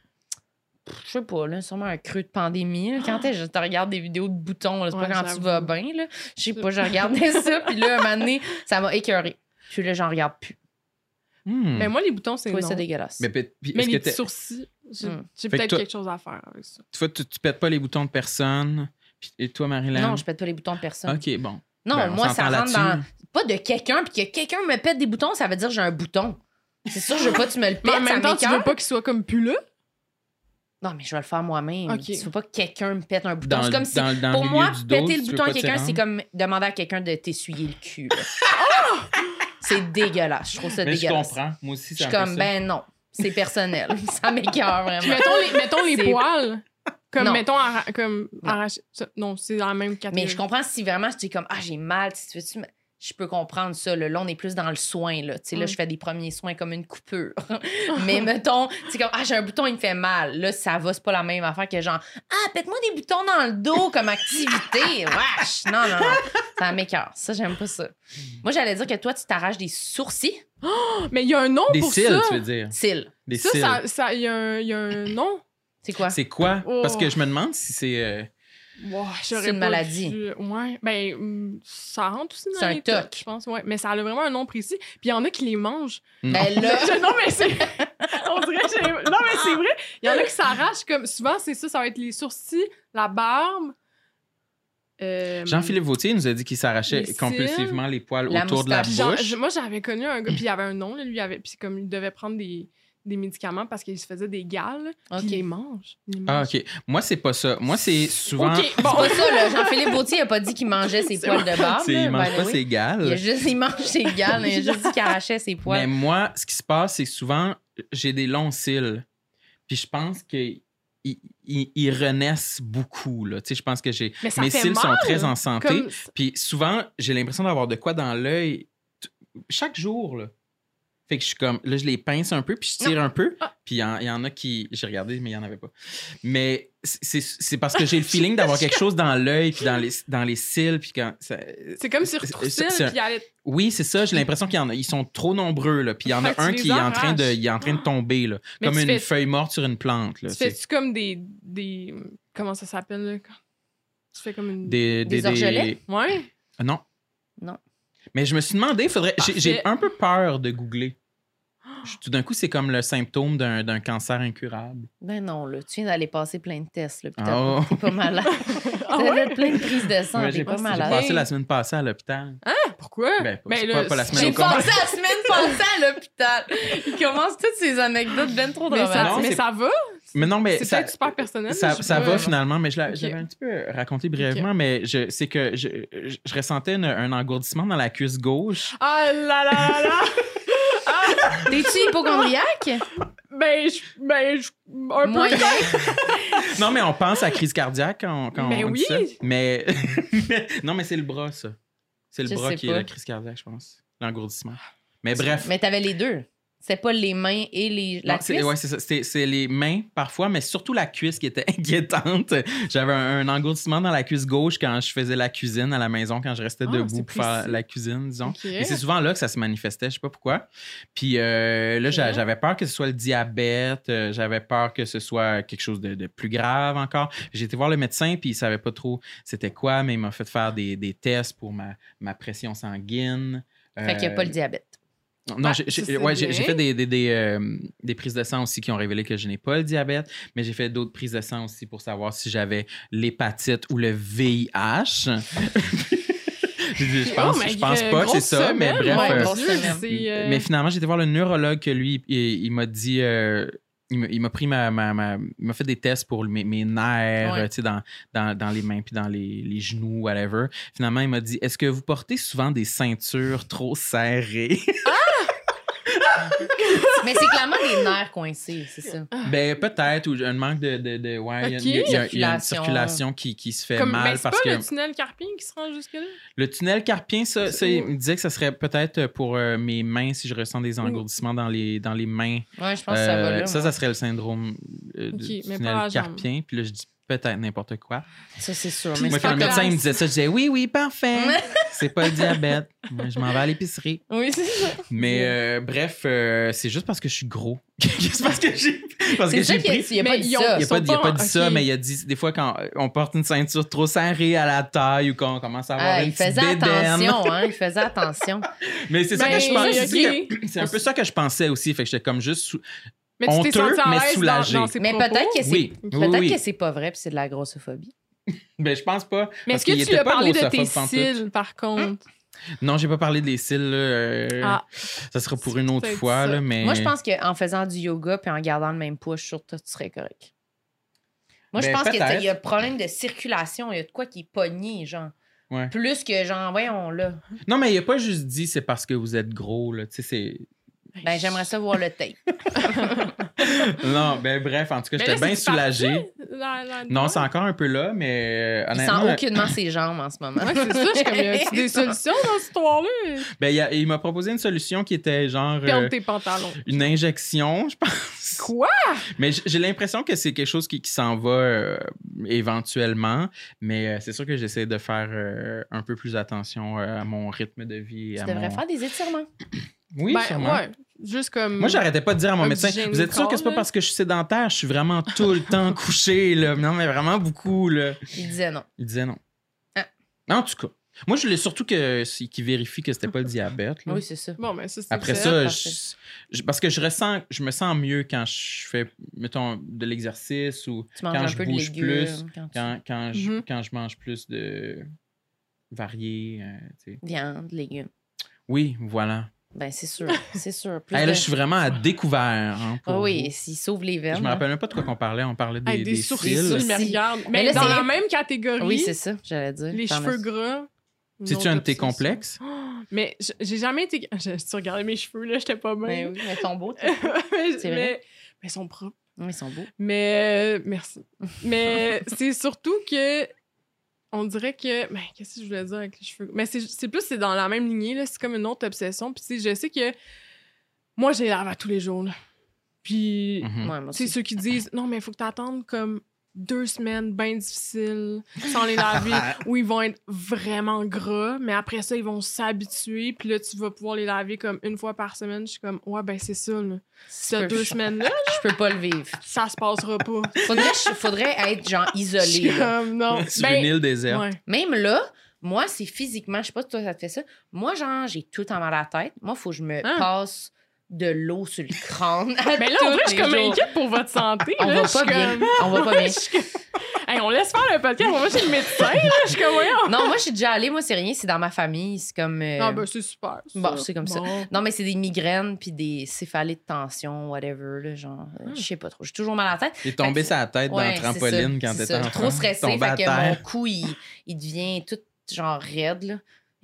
Je sais pas, là, sûrement un creux de pandémie. là. Quand t'es- je te regarde des vidéos de boutons, là, c'est Ouais, pas quand tu j'avoue. vas bien, là. Je sais pas, je regardais (laughs) ça, puis là, un moment donné, ça m'a écœuré. Puis là, j'en regarde plus. Hmm. Mais Ben, moi, les boutons, c'est Je non. trouvais ça dégueulasse. Mais, pe- puis Mais est-ce que les petits t'es- sourcils, j'ai Mm. Fait j'ai que peut-être toi- quelque chose à faire avec ça. toi, tu, tu pètes pas les boutons de personne. Puis- et toi, Marilyn? Non, je pète pas les boutons de personne. OK, bon. Non, Ben, on moi, ça s'entend rentre dans. là-dessus. Pas de quelqu'un, puis que quelqu'un me pète des boutons, ça veut dire que j'ai un bouton. C'est sûr, je veux pas que tu me le Mais pètes, en ça même temps, tu m'écoeure. veux pas qu'ils soient comme plus là? Non, mais je vais le faire moi-même. Ok. Tu veux pas que quelqu'un me pète un bouton. Dans, C'est le- comme si, dans- dans le pour milieu moi, du dos, péter tu le veux bouton pas à te quelqu'un, rendre. c'est comme demander à quelqu'un de t'essuyer le cul. là. (laughs) c'est dégueulasse. Je trouve ça Mais je dégueulasse. comprends. Moi aussi, Je c'est suis un peu ça. comme, ben non, c'est personnel. (laughs) ça m'écœure vraiment. Puis mettons les, mettons les C'est- poils. Comme, Non. mettons, arra- comme Non. arracher. ça- Non, c'est dans la même catégorie. Mais je comprends si vraiment tu es comme, ah, j'ai mal, si tu veux, tu me- je peux comprendre ça. Là, Là, on est plus dans le soin. Là, Tu sais, là Mm. je fais des premiers soins comme une (laughs) coupure. Mais mettons, c'est comme, ah, j'ai un bouton, il me fait mal. Là, ça va, c'est pas la même affaire que genre, ah, pète-moi des boutons dans le dos comme (laughs) activité. Wesh! Non, non, non. Ça m'écœure. Ça, j'aime pas ça. Moi, j'allais dire que toi, tu t'arraches des sourcils, Mais il y a un nom Des pour cils, ça. tu veux dire. cils. Des Ça, cils. ça, ça- il y, a un- il y a un nom. C'est quoi? C'est quoi? Oh. Parce que je me demande si c'est. euh, Wow, j'aurais C'est une pas maladie. dû- Ouais. Ben, hum, ça rentre aussi dans C'est un les toc. tocs, je pense. Ouais. Mais ça a vraiment un nom précis. Puis il y en a qui les mangent. non. Ben là, (laughs) Je- non, mais c'est. On dirait que j'ai- Non, mais c'est vrai. Il y en a qui s'arrachent comme. Souvent, c'est ça. Ça va être les sourcils, la barbe. euh, Jean-Philippe Vautier nous a dit qu'il s'arrachait Les cils, compulsivement les poils la autour de la puis genre, bouche. je- moi, j'avais connu un gars, puis il avait un nom, là, lui, il avait, puis comme il devait prendre des, des médicaments parce qu'il se faisait des gales, puis Ok. il les mange. Il les Ah, mange. ok. Moi, c'est pas ça. Moi, c'est souvent. Ok, bon, c'est pas ça, là. Jean-Philippe Gauthier n'a pas dit qu'il mangeait ses C'est poils de barbe. C'est- Il ben là, mange by the pas way. ses gales. Il, a juste, il mange ses gales, il a juste dit qu'il arrachait ses Mais poils. moi, ce qui se passe, c'est souvent, j'ai des longs cils. Puis je pense que ils- ils ils renaissent beaucoup. Là. Tu sais, Je pense que j'ai (laughs) Mais ça mes fait cils mal, sont très en santé. Comme... Puis souvent, j'ai l'impression d'avoir de quoi dans l'œil t- chaque jour. Là. Fait que je suis comme, là, je les pince un peu, puis je tire un peu. Ah. Puis il y, en- il y en a qui, j'ai regardé, mais il n'y en avait pas. Mais c'est- c'est c'est parce que j'ai (laughs) le feeling d'avoir quelque chose dans l'œil, puis dans les, dans les cils. Puis quand ça- C'est comme si C'est- c'est- retroussait, c'est un- puis il allait oui, c'est ça, j'ai l'impression qu'il y en a. Ils sont trop nombreux, là. Puis il y en a Fait que un tu les qui est en train de, arraches. il est en train de tomber, là. hein? Ah. Mais comme tu une fais- feuille morte sur une plante, là. Tu C'est fais-tu comme des, des. Comment ça s'appelle, là? quand- Tu fais comme une. Des, Des orgelets? Ouais. Ah, Non. Non. Mais je me suis demandé, faudrait. j'ai- J'ai Parfait. un peu peur de googler. Je- Tout d'un coup, c'est comme le symptôme d'un d'un cancer incurable. Ben non, là, tu viens d'aller passer plein de tests, là, puis t'as- Oh. t'es pas (laughs) malade. Ah T'as ouais? fait plein de prises de sang, Ouais, t'es J'ai pas pas- j'ai malade. Ah, passé la semaine passée à l'hôpital. Pourquoi? Ben, pas- Ben, c'est là, pas- pas la semaine J'ai au complet. passé la semaine passée à l'hôpital. Il commence toutes ces anecdotes ben trop Mais, ça, Non, dramatiques. mais c'est- ça va? Mais non, mais C'est Eh, ça, peut-être super personnel. mais ça, je sais ça pas. va finalement, mais je l'ai Ok. un petit peu raconté brièvement, mais je- c'est que je, je- je ressentais une- un engourdissement dans la cuisse gauche. Ah là là là là! T'es-tu hypochondriaque? ben, je, ben, je, un Moi, peu. Non, mais on pense à crise cardiaque quand, quand Ben on dit oui. ça. Mais (laughs) non, mais c'est le bras, ça. C'est le Je bras sais qui est pas. la crise cardiaque, je pense. L'engourdissement. Mais bref. Mais t'avais les deux. C'était pas les mains et les, la Non, Ah, c'est- cuisse? ouais, c'est ça. C'était- c'est les mains parfois, mais surtout la cuisse qui était (laughs) inquiétante. J'avais un, un engourdissement dans la cuisse gauche quand je faisais la cuisine à la maison, quand je restais Ah, debout c'est pour faire précis. la cuisine, disons. Ok. Et c'est souvent là que ça se manifestait, je sais pas pourquoi. Puis euh, là, j'a- Ok. j'avais peur que ce soit le diabète, euh, j'avais peur que ce soit quelque chose de, de plus grave encore. J'ai été voir le médecin, puis il savait pas trop c'était quoi, mais il m'a fait faire des, des tests pour ma, ma pression sanguine. Fait qu'il n'y a Euh, pas le diabète. non, Ouais, j'ai- Bah, ça, j'ai c'est ouais, j'ai- j'ai bien. fait des, des, des, euh, des prises de sang aussi qui ont révélé que je n'ai pas le diabète, mais j'ai fait d'autres prises de sang aussi pour savoir si j'avais l'hépatite ou le VIH. (laughs) je, je pense, Oh, mais je pense gr- pas, c'est grosse ça, mais semaine, bref. ouais, euh, mon grosse Dieu, semaine. c'est, euh, mais finalement, j'ai été voir le neurologue que lui, il, il m'a dit. euh, il m'a- il m'a pris ma. ma- ma- il m'a fait des tests pour mes, mes nerfs, Ouais. euh, tu sais, dans, dans, dans les mains puis dans les, les genoux, whatever. Finalement, il m'a dit Est-ce que vous portez souvent des ceintures trop serrées Mais c'est clairement les nerfs coincés, c'est ça. Ben, peut-être, ou un manque de. de, de- ouais, il y a- Ok. il y, a- il y a- il y a une Circulation. circulation qui, qui se fait comme, mal ben, c'est parce pas que. le tunnel carpien qui se rend jusque-là? Le tunnel carpien, ça, ça, il Ou- me disait que ça serait peut-être pour euh, mes mains si je ressens des engourdissements dans les, dans les mains. Ouais, je pense que ça va Euh, là. ça, moi. ça serait le syndrome euh, Ok, du mais pas tunnel la jambe. carpien. Puis là, je dis peut-être n'importe quoi. Ça, c'est sûr. Puis Mais Moi, c'est quand pas le médecin grave. il me disait ça, je disais oui, oui, (laughs) parfait. c'est pas le diabète. Moi, je m'en vais à l'épicerie. Oui, c'est ça. Mais euh, bref, euh, c'est juste parce que je suis gros. (laughs) c'est parce que j'ai parce que C'est ça j'ai qu'il pris. n'y a Mais pas dit ils ont- ça. Il a pas, sont il a pas- pas dit ça, ok. mais il a dit des fois quand on porte une ceinture trop serrée à la taille ou qu'on commence à avoir Ah, une il petite faisait bédaine. attention, hein, il faisait (laughs) attention. (laughs) Mais c'est ça Ben, que je pensais. ok. c'est que- C'est un peu ça que je pensais aussi. Fait que j'étais comme juste sous- Mais tu t'es Honteux, senti à mais l'aise soulagé. dans, dans ses Mais propos? peut-être que c'est Oui, oui, peut-être oui. que c'est pas vrai, puis c'est de la grossophobie. Ben, je pense pas. Mais parce est-ce que qu'il tu était lui as pas parlé de tes grossophobe pantoute. cils, par contre? Non, j'ai pas parlé des cils. là, euh, Ah. Ça sera pour une autre Peut-être fois, ça. là, mais... Moi, je pense qu'en faisant du yoga puis en gardant le même poids, je suis sûre que toi, tu serais correct. Moi, je Ben, pense peut-être. qu'il y a problème de circulation, il y a de quoi qui est pogné, genre. Ouais. Plus que genre, voyons là. Non, mais il a pas juste dit c'est parce que vous êtes gros, là. Tu sais, (laughs) c'est... Ben, j'aimerais ça voir le tape. Non, ben bref, en tout cas, Mais j'étais là, bien c'est-tu soulagé. la- la- Non, c'est encore un peu là, mais euh, Il honnêtement, sent aucunement ses jambes en ce moment. Ouais, c'est ça, je suis comme, y a (laughs) (laughs) des solutions dans cette histoire-là? ben, il, a- il m'a proposé une solution qui était genre Perdre euh, tes pantalons. une injection, je pense. Quoi? Mais j- j'ai l'impression que c'est quelque chose qui, qui s'en va euh, éventuellement, mais euh, c'est sûr que j'essaie de faire euh, un peu plus attention euh, à mon rythme de vie. et Tu à devrais mon- faire des étirements. Oui, ben, sûrement. ouais. Juste comme. Moi, j'arrêtais pas de dire à mon Un médecin, petit vous êtes sûr que c'est pas génital, parce que je suis sédentaire, je suis vraiment tout le temps couché, là. Non, mais vraiment beaucoup, là. Il disait non. Il disait non. Ah. En tout cas, moi, je voulais surtout que- si- qu'il vérifie que c'était pas le diabète. là. Oui, c'est ça. Bon, ben, ça, c'est Après fait. ça, parfait. je- je- parce que je ressens, je me sens mieux quand je fais, mettons, de l'exercice ou Tu manges Quand un je peu de bouge légumes. plus, quand tu- quand, quand, je, Mm-hmm. Mhm. quand je mange plus de varié. euh, tu sais. Viande, légumes. oui, voilà. Ben, (laughs) c'est sûr. C'est sûr. Plus Hey, là, de- je suis vraiment à découvert. hein, pour Ah oui, Ah, vous. s'il s'ouvre les Je veines. me là. rappelle même pas de quoi qu'on parlait. On parlait des, Hey, des, des sourcils, cils. ils me Sourcils. regardent. Mais, Mais là, dans c'est- la même catégorie, Oui, c'est ça, j'allais dire. les J'en ai- cheveux gras. une C'est-tu autre un de tes obsession. complexes? Ah Mais j- j'ai jamais été. (laughs) Je, tu regardais mes cheveux, là, j'étais pas Ben bien. oui, mais ils sont beaux. t'es- mais, C'est (laughs) mais- vrai. mais ils sont propres. (laughs) Oui, Ils sont beaux. Mais. euh, merci. (laughs) Mais c'est surtout que. On dirait que. Ben, qu'est-ce que je voulais dire avec les cheveux? Mais c'est c'est plus, c'est dans la même lignée, là. C'est comme une autre obsession. Puis, tu sais, je sais que. Moi, j'ai lave à tous les jours, là. Puis. Mhm. Ouais, moi C'est aussi. ceux qui disent non, mais il faut que tu attendes comme deux semaines bien difficiles sans (laughs) les laver, où ils vont être vraiment gras, mais après ça, ils vont s'habituer, puis là, tu vas pouvoir les laver comme une fois par semaine. Je suis comme, ouais, ben c'est ça, là. Ça Ces peut- deux semaines-là, (laughs) Je peux pas le vivre. ça se passera pas. (laughs) Faudrait, faudrait être genre Je suis isolé. là. (laughs) comme, non. Sur une Ben, île déserte. ouais. Même là, moi, c'est physiquement, je sais pas si toi, ça te fait ça. Moi, genre, j'ai tout en mal à la tête. Moi, faut que je me Hein? passe de l'eau sur le crâne. à (laughs) Ben là, tous en vrai, je suis les comme jours. inquiète pour votre santé. On là. va Je suis pas bien. comme- On va pas bien. Hey, on laisse faire le podcast, on va chez le médecin, là. Je suis comme, voyons. Non, moi, je suis déjà allée. Moi, c'est rien. C'est dans ma famille. C'est comme. euh, Ah, ben c'est super. ça. bon, c'est comme ça. Bon. Non, mais c'est des migraines puis des céphalées de tension, whatever. Là, genre, euh, Hmm. je sais pas trop. J'ai toujours mal à la tête. T'es tombé Fait que- sur la tête dans Ouais, le c'est trampoline ça, quand c'est t'étais ça. enfant. Trop stressé, Tombé à fait que terre. mon cou, il, il devient tout genre raide. Là.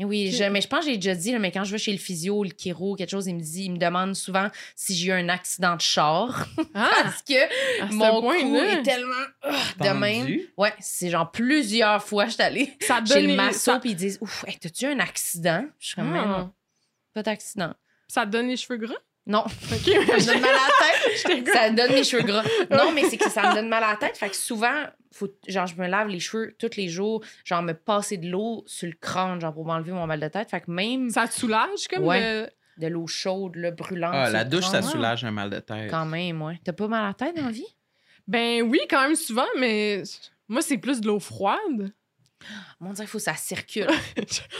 Et oui, Ok. je- mais je pense que j'ai déjà dit, là, mais quand je vais chez le physio, le chiro, quelque chose, il me dit, il me demande souvent si j'ai eu un accident de char. Ah, Parce que à ce mon cou point-là. est tellement ah, de Tendu. même. Ouais, c'est genre plusieurs fois je suis (laughs) allée Ça chez donne le les- masso, ça- puis ils disent Ouf, hey, t'as-tu eu un accident? Je suis comme, Mais Ah. non, pas d'accident. Ça te donne les cheveux gras? Non, OK. ça (laughs) me donne mal à la tête. (laughs) J'étais comme- ça me donne les cheveux gras. Non, mais c'est que ça me donne mal à la tête. Fait que souvent, faut, genre, je me lave les cheveux tous les jours, genre, me passer de l'eau sur le crâne, genre, pour m'enlever mon mal de tête. Fait que même Ça te soulage comme euh, Ouais. de- de l'eau chaude, là, brûlante. Ah, sur la le douche, ça crâne, soulage un mal de tête. Quand même, ouais. T'as pas mal à la tête dans la vie? Ben oui, quand même souvent, mais moi, c'est plus de l'eau froide. Mon dieu, il faut que ça circule.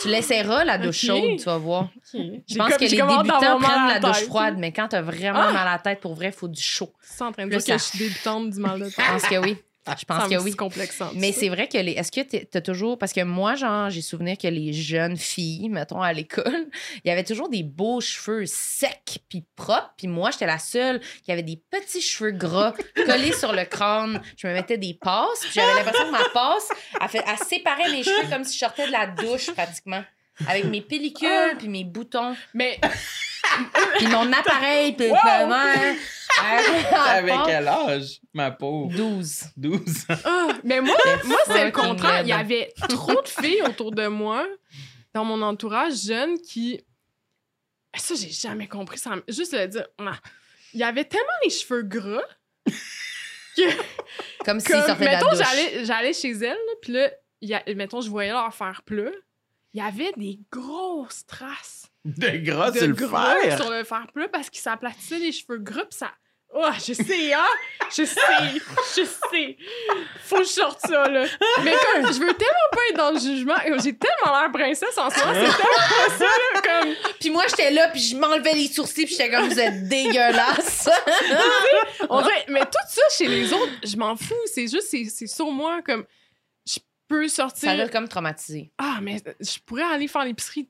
tu l'essaieras, la douche Ok. chaude, tu vas voir. Je J'ai pense comme- que les j'ai comme hâte d'avoir débutants mal à prennent la tête. douche froide, mais quand t'as vraiment Ah! mal à la tête, pour vrai, il faut du chaud. Je suis en train de Là, dire que je ça- suis débutante du mal de Je tête. pense que oui. Je pense Ah! Ça me que dit oui. complexant. Mais ça. c'est vrai que les. Est-ce que t'es- t'as toujours. Parce que moi, genre, j'ai souvenir que les jeunes filles, mettons, à l'école, (laughs) il y avait toujours des beaux cheveux secs puis propres. Puis moi, j'étais la seule qui avait des petits cheveux (laughs) gras collés sur le crâne. Je me mettais des passes. Puis j'avais l'impression que ma passe, elle, fait, elle séparait mes cheveux comme si je sortais de la douche pratiquement. Avec mes pellicules, puis mes boutons, Mais puis (laughs) mon appareil, puis Ah, Wow! Avec Avec quel âge, ma pauvre? 12. 12 ans. ah, mais moi, moi c'est le fucking contraire. Il y laide. avait trop de filles autour de moi, dans mon entourage jeune, qui. Ça, j'ai jamais compris. Ça... me- Juste le dire. ah. Il y avait tellement les cheveux gras Comme s'ils Comme, sortaient de la mettons, douche. j'allais, j'allais chez elle, là, puis là, il y a- mettons, je voyais leur faire pleu. Il y avait des grosses traces De gras, de sur Ah, le gras fer. sur le fer pleu parce qu'ils s'aplatissaient les cheveux gras, puis ça... Oh, je sais, hein? Je sais, je sais. Faut que je sorte ça, là. Mais comme, je veux tellement pas être dans le jugement. et J'ai tellement l'air princesse en ce moment, c'est tellement pas ça, là, comme... Puis moi, j'étais là, puis je m'enlevais les sourcils, puis j'étais comme, vous (laughs) êtes dégueulasse. On dirait- mais tout ça, chez les autres, je m'en fous. C'est juste, c'est, c'est sur moi, comme... Je peux sortir... ça l'a comme traumatisé. Ah, mais je pourrais aller faire l'épicerie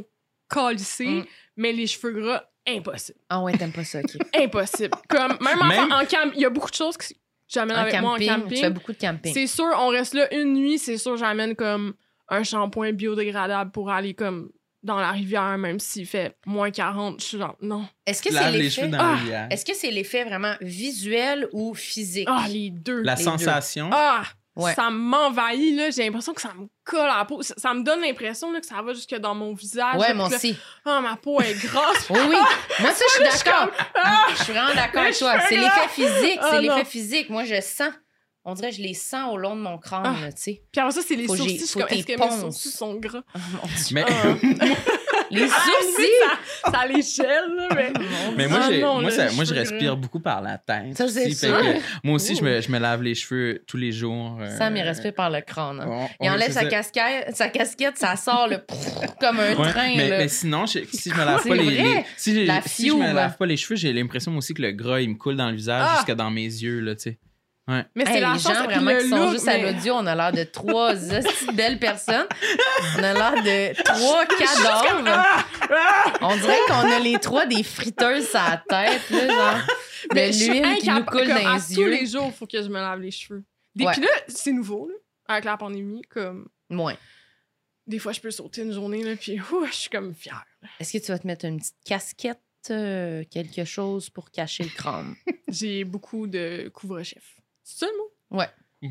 déconcolissée, Mm. mais les cheveux gras, impossible. Ah ouais, t'aimes pas ça, (laughs) OK. Impossible. Comme, même, en- Même- en camp, il y a beaucoup de choses que j'amène En avec moi en camping, tu fais camping. beaucoup de camping. C'est sûr, on reste là une nuit, c'est sûr, j'amène comme un shampoing biodégradable pour aller comme dans la rivière, même s'il fait moins 40. Je suis genre, non. Est-ce que c'est Lave les cheveux l'effet dans Ah! la rivière. Est-ce que c'est l'effet vraiment visuel ou physique? Ah, les deux. La deux. sensation. Ah! Ouais. Ça m'envahit, là. J'ai l'impression que ça me colle à la peau. Ça, ça me donne l'impression là, que ça va jusque dans mon visage. ouais, là, moi puis là, (laughs) aussi. Ah, ma peau est grasse. Oui, oui. Moi, ça, je suis d'accord. Ah! Je suis vraiment d'accord Les avec toi. cheveux C'est gras. l'effet physique. Ah, C'est non. l'effet physique. Moi, je sens. On dirait que je les sens au long de mon crâne, Ah. là, tu sais. Puis après ça, c'est les Faut que sourcils. j'ai- Je suis faut comme, que est-ce que t'y mes penses. sourcils sont gras? Oh, mon Dieu. Mais, Ah. Les (laughs) Ah, oui, sourcils! ça, ça les gèle, là, (laughs) mais... (laughs) Mon mais moi, Ah j'ai- non, moi, là, ça- les moi, je cheveux respire gras. beaucoup par la tête. Ça, c'est aussi, sûr. fait que moi aussi, je me, je me lave les cheveux tous les jours. euh, Sam, il respire par le crâne. hein. on- Il on- enlève c'est sa ça. casquette, sa casquette, ça sort le comme un Ouais, train. mais, là. mais sinon, je- si je me lave C'est pas les, vrai? les- si, j'ai- La si je me fiume. lave pas les cheveux, j'ai l'impression moi aussi que le gras il me coule dans le visage Ah! jusque dans mes yeux là, tu sais. Mais c'est Hey, la les chance, gens puis vraiment le qui sont look, juste à (laughs) mais... l'audio, on a l'air de (laughs) trois hosties de belles personnes. On a l'air de trois comme, cadavres. ah, ah, On dirait qu'on a les trois des friteuses à la tête, là, (laughs) genre. mais De je suis l'huile qui nous incapable- coule comme, dans à les tous yeux. les jours, il faut que je me lave les cheveux. Des Ouais. Puis là, c'est nouveau, là, avec la pandémie, comme... Moins. Des fois, je peux sauter une journée, là, puis ouh, je suis comme fière. Est-ce que tu vas te mettre une petite casquette, euh, quelque chose pour cacher le crâne? J'ai beaucoup de couvre-chef. C'est ça le mot?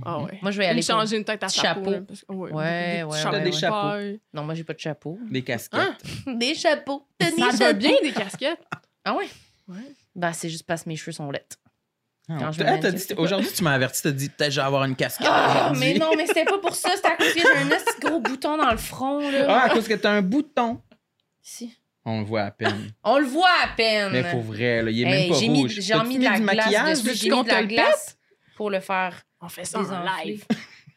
Ah ouais. Moi, je vais Une Mhm. aller. pour- changer une tête à petit chapeau. chapeau. là, parce que- Ouais, ouais, des petits ouais, chapeaux ouais, de ouais. paille. Non, moi, j'ai pas de (laughs) chapeau. Des casquettes. Ah! Hein? Des chapeaux. T'as des Ça te va chapeaux. bien, des casquettes? Ah ouais? Ouais. Bah, c'est juste parce que mes cheveux sont lettres. Ah, Quand je t'as- me mets t'as une dit- casquette. Aujourd'hui, tu m'as averti, t'as dit peut-être je vais avoir une casquette Ah, aujourd'hui. mais non, mais c'était pas pour ça. C'était à cause que j'ai un petit gros bouton dans le front, là. Ah, à cause que t'as un bouton. Ici. On le voit à peine. On le voit à peine. mais pour vrai, là, il est Hey, même pas j'ai mis- rouge. J'ai T'as-tu mis de la du maquillage glace dessus. dessus? J'ai qu'on mis de te la le glace pour le faire On fait ça en désenfler. live.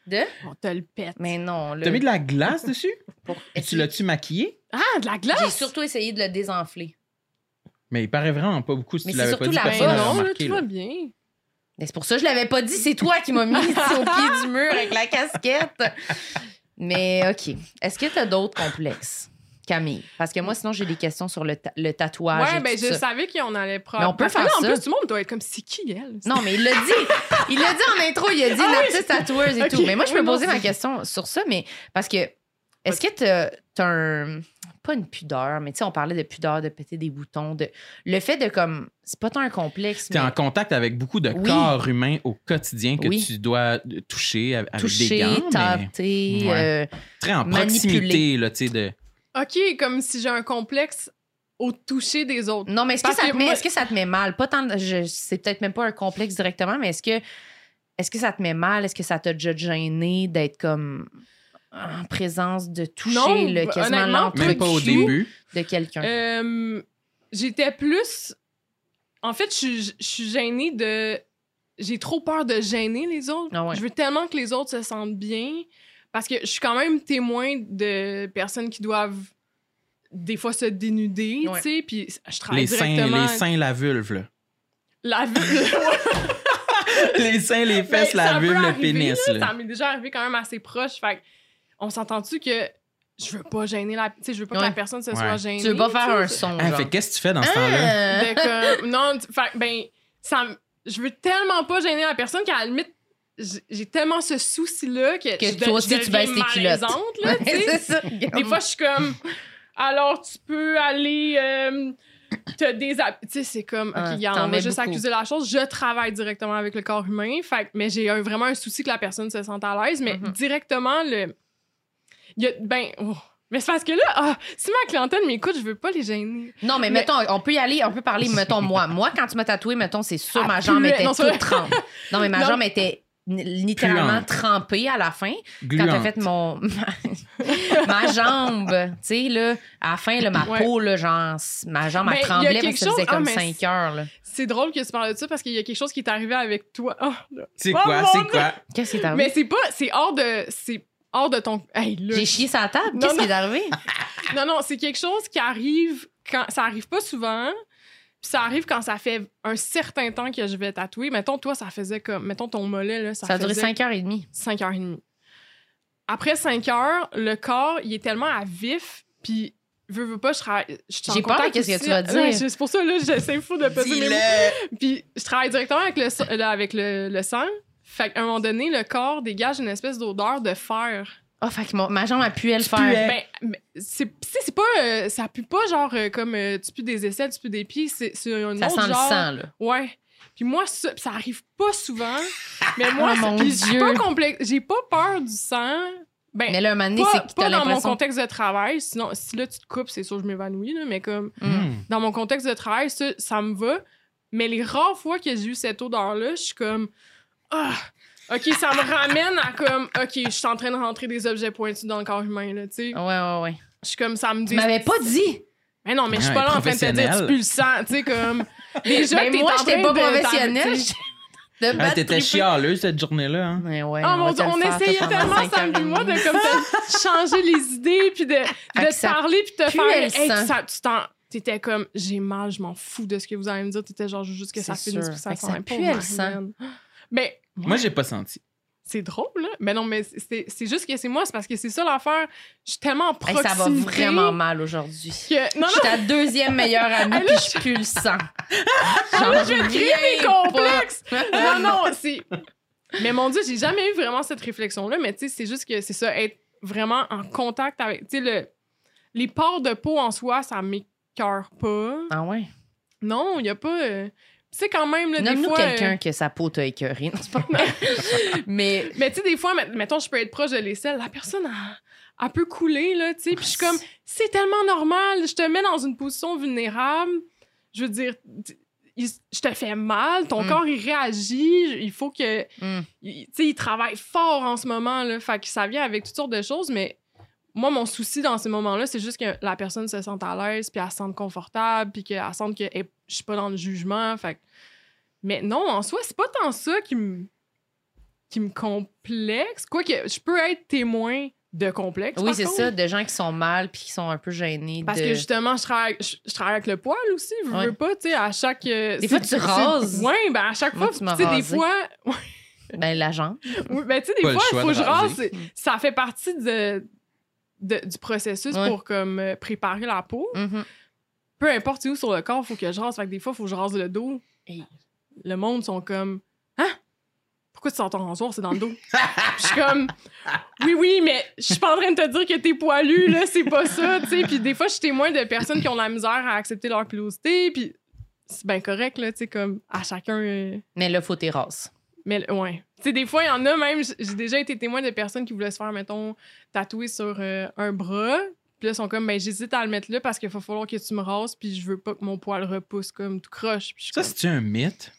De? On te le pète. Mais non, là. T'as mis de la glace dessus? pour- Et tu l'as-tu maquillé? Ah, de la glace! J'ai surtout essayé de le désenfler. Mais il paraît vraiment pas beaucoup si Mais tu c'est l'avais pas surtout dit. la Ben personne base. n'aurait non, là, remarqué, tout là. va bien. Mais c'est pour ça que je l'avais pas dit. C'est toi qui m'as mis (laughs) ici au pied du mur avec la casquette. Mais OK. Est-ce que t'as d'autres complexes, Camille? Parce que moi, sinon, j'ai des questions sur le, ta- le tatouage. ouais, et ben tout je ça. savais qu'on allait prendre. Mais on peut Parce que faire là, ça. En plus, tout le monde doit être comme c'est qui elle? Non, mais il l'a dit. Il l'a dit en intro. Il a dit l'artiste tatoueuse et Ah Ok. tout. Mais moi, je peux Oui, non, poser ma c'est- question sur ça, mais parce que est-ce que t'as t'as un. Pas une pudeur, mais tu sais, on parlait de pudeur, de péter des boutons, de. Le fait de comme. C'est pas tant un complexe. T'es mais en contact avec beaucoup de Oui. corps humains au quotidien que Oui. tu dois euh, toucher avec avec des toucher, gants, mais tâter. Ouais. euh, très en manipuler. proximité, là, tu sais, de... OK, comme si j'ai un complexe au toucher des autres. Non, mais est-ce que, Parce ça que te met- moi- est-ce que ça te met mal? Pas tant. je- C'est peut-être même pas un complexe directement, mais est-ce que. Est-ce que ça te met mal? Est-ce que ça t'a déjà gêné d'être comme en présence de toucher Non, le, quasiment honnêtement, Même pas au Truc chou. début. de quelqu'un? Euh, J'étais plus. En fait, je suis- je suis gênée de. J'ai trop peur de gêner les autres. Ah ouais. Je veux tellement que les autres se sentent bien. Parce que je suis quand même témoin de personnes qui doivent des fois se dénuder, Ouais. tu sais. Puis je travaille Les seins, directement. les seins, la vulve, (laughs) là. La vulve. les seins, les fesses, Ben, la ça peut vulve, le arriver, pénis, là. là. Ça m'est déjà arrivé quand même assez proche. Fait que on s'entend-tu que je veux pas gêner la. Tu sais, je veux pas que Ouais. la personne se Ouais. soit gênée. tu veux pas faire tu un sais. son. Ah, genre. fait qu'est-ce que tu fais dans ce temps-là? Ah! Ben, De comme- non, tu- fait que, ben, ça me- je veux tellement pas gêner la personne qu'à la limite, j'ai- j'ai tellement ce souci-là que, Que je de- toi aussi, je tu baisses tes deviens culottes. malaisante, là, tu sais. (laughs) C'est ça. Des fois, je suis comme, alors tu peux aller euh, te déshabiller. Tu sais, c'est comme, Ah, OK, gars, t'en on va mets juste beaucoup. accuser la chose. Je travaille directement avec le corps humain, fait, que- mais j'ai un- vraiment un souci que la personne se sente à l'aise, mais Mhm. directement, le. il y a- ben, oh. Mais c'est parce que là, ah, si ma clientèle m'écoute, je veux pas les gêner. Non, mais, Mais- mettons, on peut y aller, on (laughs) peut parler, mettons, moi. Moi, quand tu m'as tatoué, mettons, c'est sûr, Ah, ma jambe puait. était Non, c'est vrai. toute trempe. Non, mais ma Non. jambe était n- littéralement Puante. trempée à la fin. Quand Gluant. t'as fait mon. (laughs) ma jambe, tu sais, là, à la fin, là, ma Ouais. peau, là, genre, s- ma jambe, elle Mais il y a tremblait parce quelque que ça faisait chose- ah, comme mais 5 heures, là. C'est drôle que tu parles de ça parce qu'il y a quelque chose qui est arrivé avec toi. Ah, là. C'est Oh quoi, mon c'est Dieu! quoi? Qu'est-ce qui est arrivé? Mais c'est pas, c'est hors de, c'est hors de ton. Hey, là. J'ai chié sa table? Non, Qu'est-ce non. qui est arrivé? Non, non, c'est quelque chose qui arrive quand. Ça arrive pas souvent. Puis ça arrive quand ça fait un certain temps que je vais tatouer. Mettons, toi, ça faisait comme. Mettons, ton mollet, là, ça, Ça a duré faisait 5 heures et demie. 5 heures et demie. Après 5 heures, le corps, il est tellement à vif, puis veux, veux pas, je travaille. je suis en J'ai peur de contact qu'est-ce que aussi- tu vas dire. Ouais, c'est pour ça, là, j'essaie fou de peser mes mots. Dis-le! Puis je travaille directement avec le, so- euh, avec le, le sang. Fait qu'à un moment donné, le corps dégage une espèce d'odeur de fer. Ah, fait que mon- ma jambe a pu elle Tu faire. puais. Ben, mais c'est tu sais, c'est pas. euh, ça pue pas genre euh, comme euh, tu pues des aisselles, tu pues des pieds. C'est c'est un Ça autre sent le genre. sang, là. Ouais. Puis moi, ça, pis ça arrive pas souvent. (laughs) Mais moi, Oh, mon c'est- puis je suis Dieu. pas complexe. J'ai pas peur du sang. Ben, Mais là, un moment donné, c'est pas, que pas t'as dans mon l'impression. contexte de travail. Sinon, si là, tu te coupes, c'est sûr que je m'évanouis. là, Mais comme Mm. Mm. dans mon contexte de travail, ça, ça me va. Mais les rares fois que j'ai eu cette odeur-là, je suis comme. Ah! OK, ça me ramène à comme. OK, je suis en train de rentrer des objets pointus dans le corps humain, là, tu sais. Ouais, ouais, ouais. Je suis comme ça me dit. Tu m'avais pas dit. Mais non, mais je suis Ouais, pas là en train de te dire, professionnel. tu pues le sang, tu sais, comme. Déjà, Mais t'es Ben, moi, en j'étais train pas de- professionnelle. t'en- De Ah, battre t'étais triper. chialeuse cette journée-là, hein? Ouais, ouais, Ah, Ben, on va mon te Dieu, le on faire, ça, essayait pendant tellement, cinq Sam heures et et moi, de demie. comme te changer les idées, puis de, de que te ça parler, puis de pue faire. le Hey, sang. ça- tu t'en. T'étais comme, j'ai mal, je m'en fous de ce que vous allez me dire. T'étais genre, je veux juste que C'est ça finisse, sûr. puis ça Fait que s'en ça aille. pue Pauvre le sang. Marianne. Mais Moi, j'ai pas senti. c'est drôle, là. Mais non, mais c'est- c'est c'est juste que c'est moi, c'est parce que c'est ça l'affaire. Je suis tellement en Hey, proximité. ça va vraiment mal aujourd'hui. Je que... Non, non, suis ta deuxième meilleure amie, puis je pue le sang. (laughs) Genre, je vais c'est complexe! non, non, c'est. Mais mon Dieu, j'ai jamais eu vraiment cette réflexion-là, mais tu sais, c'est juste que c'est ça, être vraiment en contact avec. Tu sais, le... les pores de peau en soi, ça m'écœure pas. (laughs) Ah ouais? Non, il n'y a pas. euh, Tu sais, quand même, là, des Nomme-nous fois. euh, quelqu'un que sa peau t'a écœuré. Non, c'est (laughs) pas vrai. Mais Mais tu sais, des fois, met- mettons, je peux être proche de l'aisselle, la personne, elle, elle peut couler, là, tu sais. Puis je suis comme, c'est tellement normal, je te mets dans une position vulnérable. Je veux dire, t- il- je te fais mal, ton Mm. corps, il réagit, il faut que. Mm. il- Tu sais, il travaille fort en ce moment, là. Fait que ça vient avec toutes sortes de choses, mais. Moi, mon souci dans ces moments-là, c'est juste que la personne se sente à l'aise, puis elle se sente confortable, puis qu'elle sente que hey, je suis pas dans le jugement. Fait que- Mais non, en soi, c'est pas tant ça qui me qui me complexe. Quoique, je peux être témoin de complexe. oui, par c'est contre. ça, de gens qui sont mal puis qui sont un peu gênés. Parce de- que justement, je travaille, je, je travaille avec le poil aussi. Je Ouais. veux pas, tu sais, à chaque. euh, Des fois, tu rases. Oui, ben à chaque Moi, fois, tu tu m'as sais, des rasé. fois. ben, la jambe. Oui, ben, tu sais, des Pas le fois, il choix faut que de je rase. raser. C'est- Ça fait partie de, de- du processus Ouais. pour comme euh, préparer la peau. Mhm. Peu importe c'est où sur le corps, faut que je rase. Fait que des fois, faut que je rase le dos. Et le monde sont comme. Hein? Pourquoi tu sors ton rasoir? C'est dans le dos. (laughs) Puis je suis comme, oui, oui, mais je suis pas en train de te dire que t'es poilu, là, c'est pas ça, tu sais. Puis des fois, je suis témoin de personnes qui ont de la misère à accepter leur pilosité, puis c'est bien correct, là, tu sais, comme à chacun. euh, Mais là, faut tes rases. mais le- ouais. Tu sais, des fois, il y en a même, j- j'ai déjà été témoin de personnes qui voulaient se faire, mettons, tatouer sur euh, un bras. Puis là, ils sont comme, ben, j'hésite à le mettre là parce qu'il va falloir que tu me rases, puis je veux pas que mon poil repousse comme tout croche. Puis je suis Ça, comme, c'est-tu un mythe?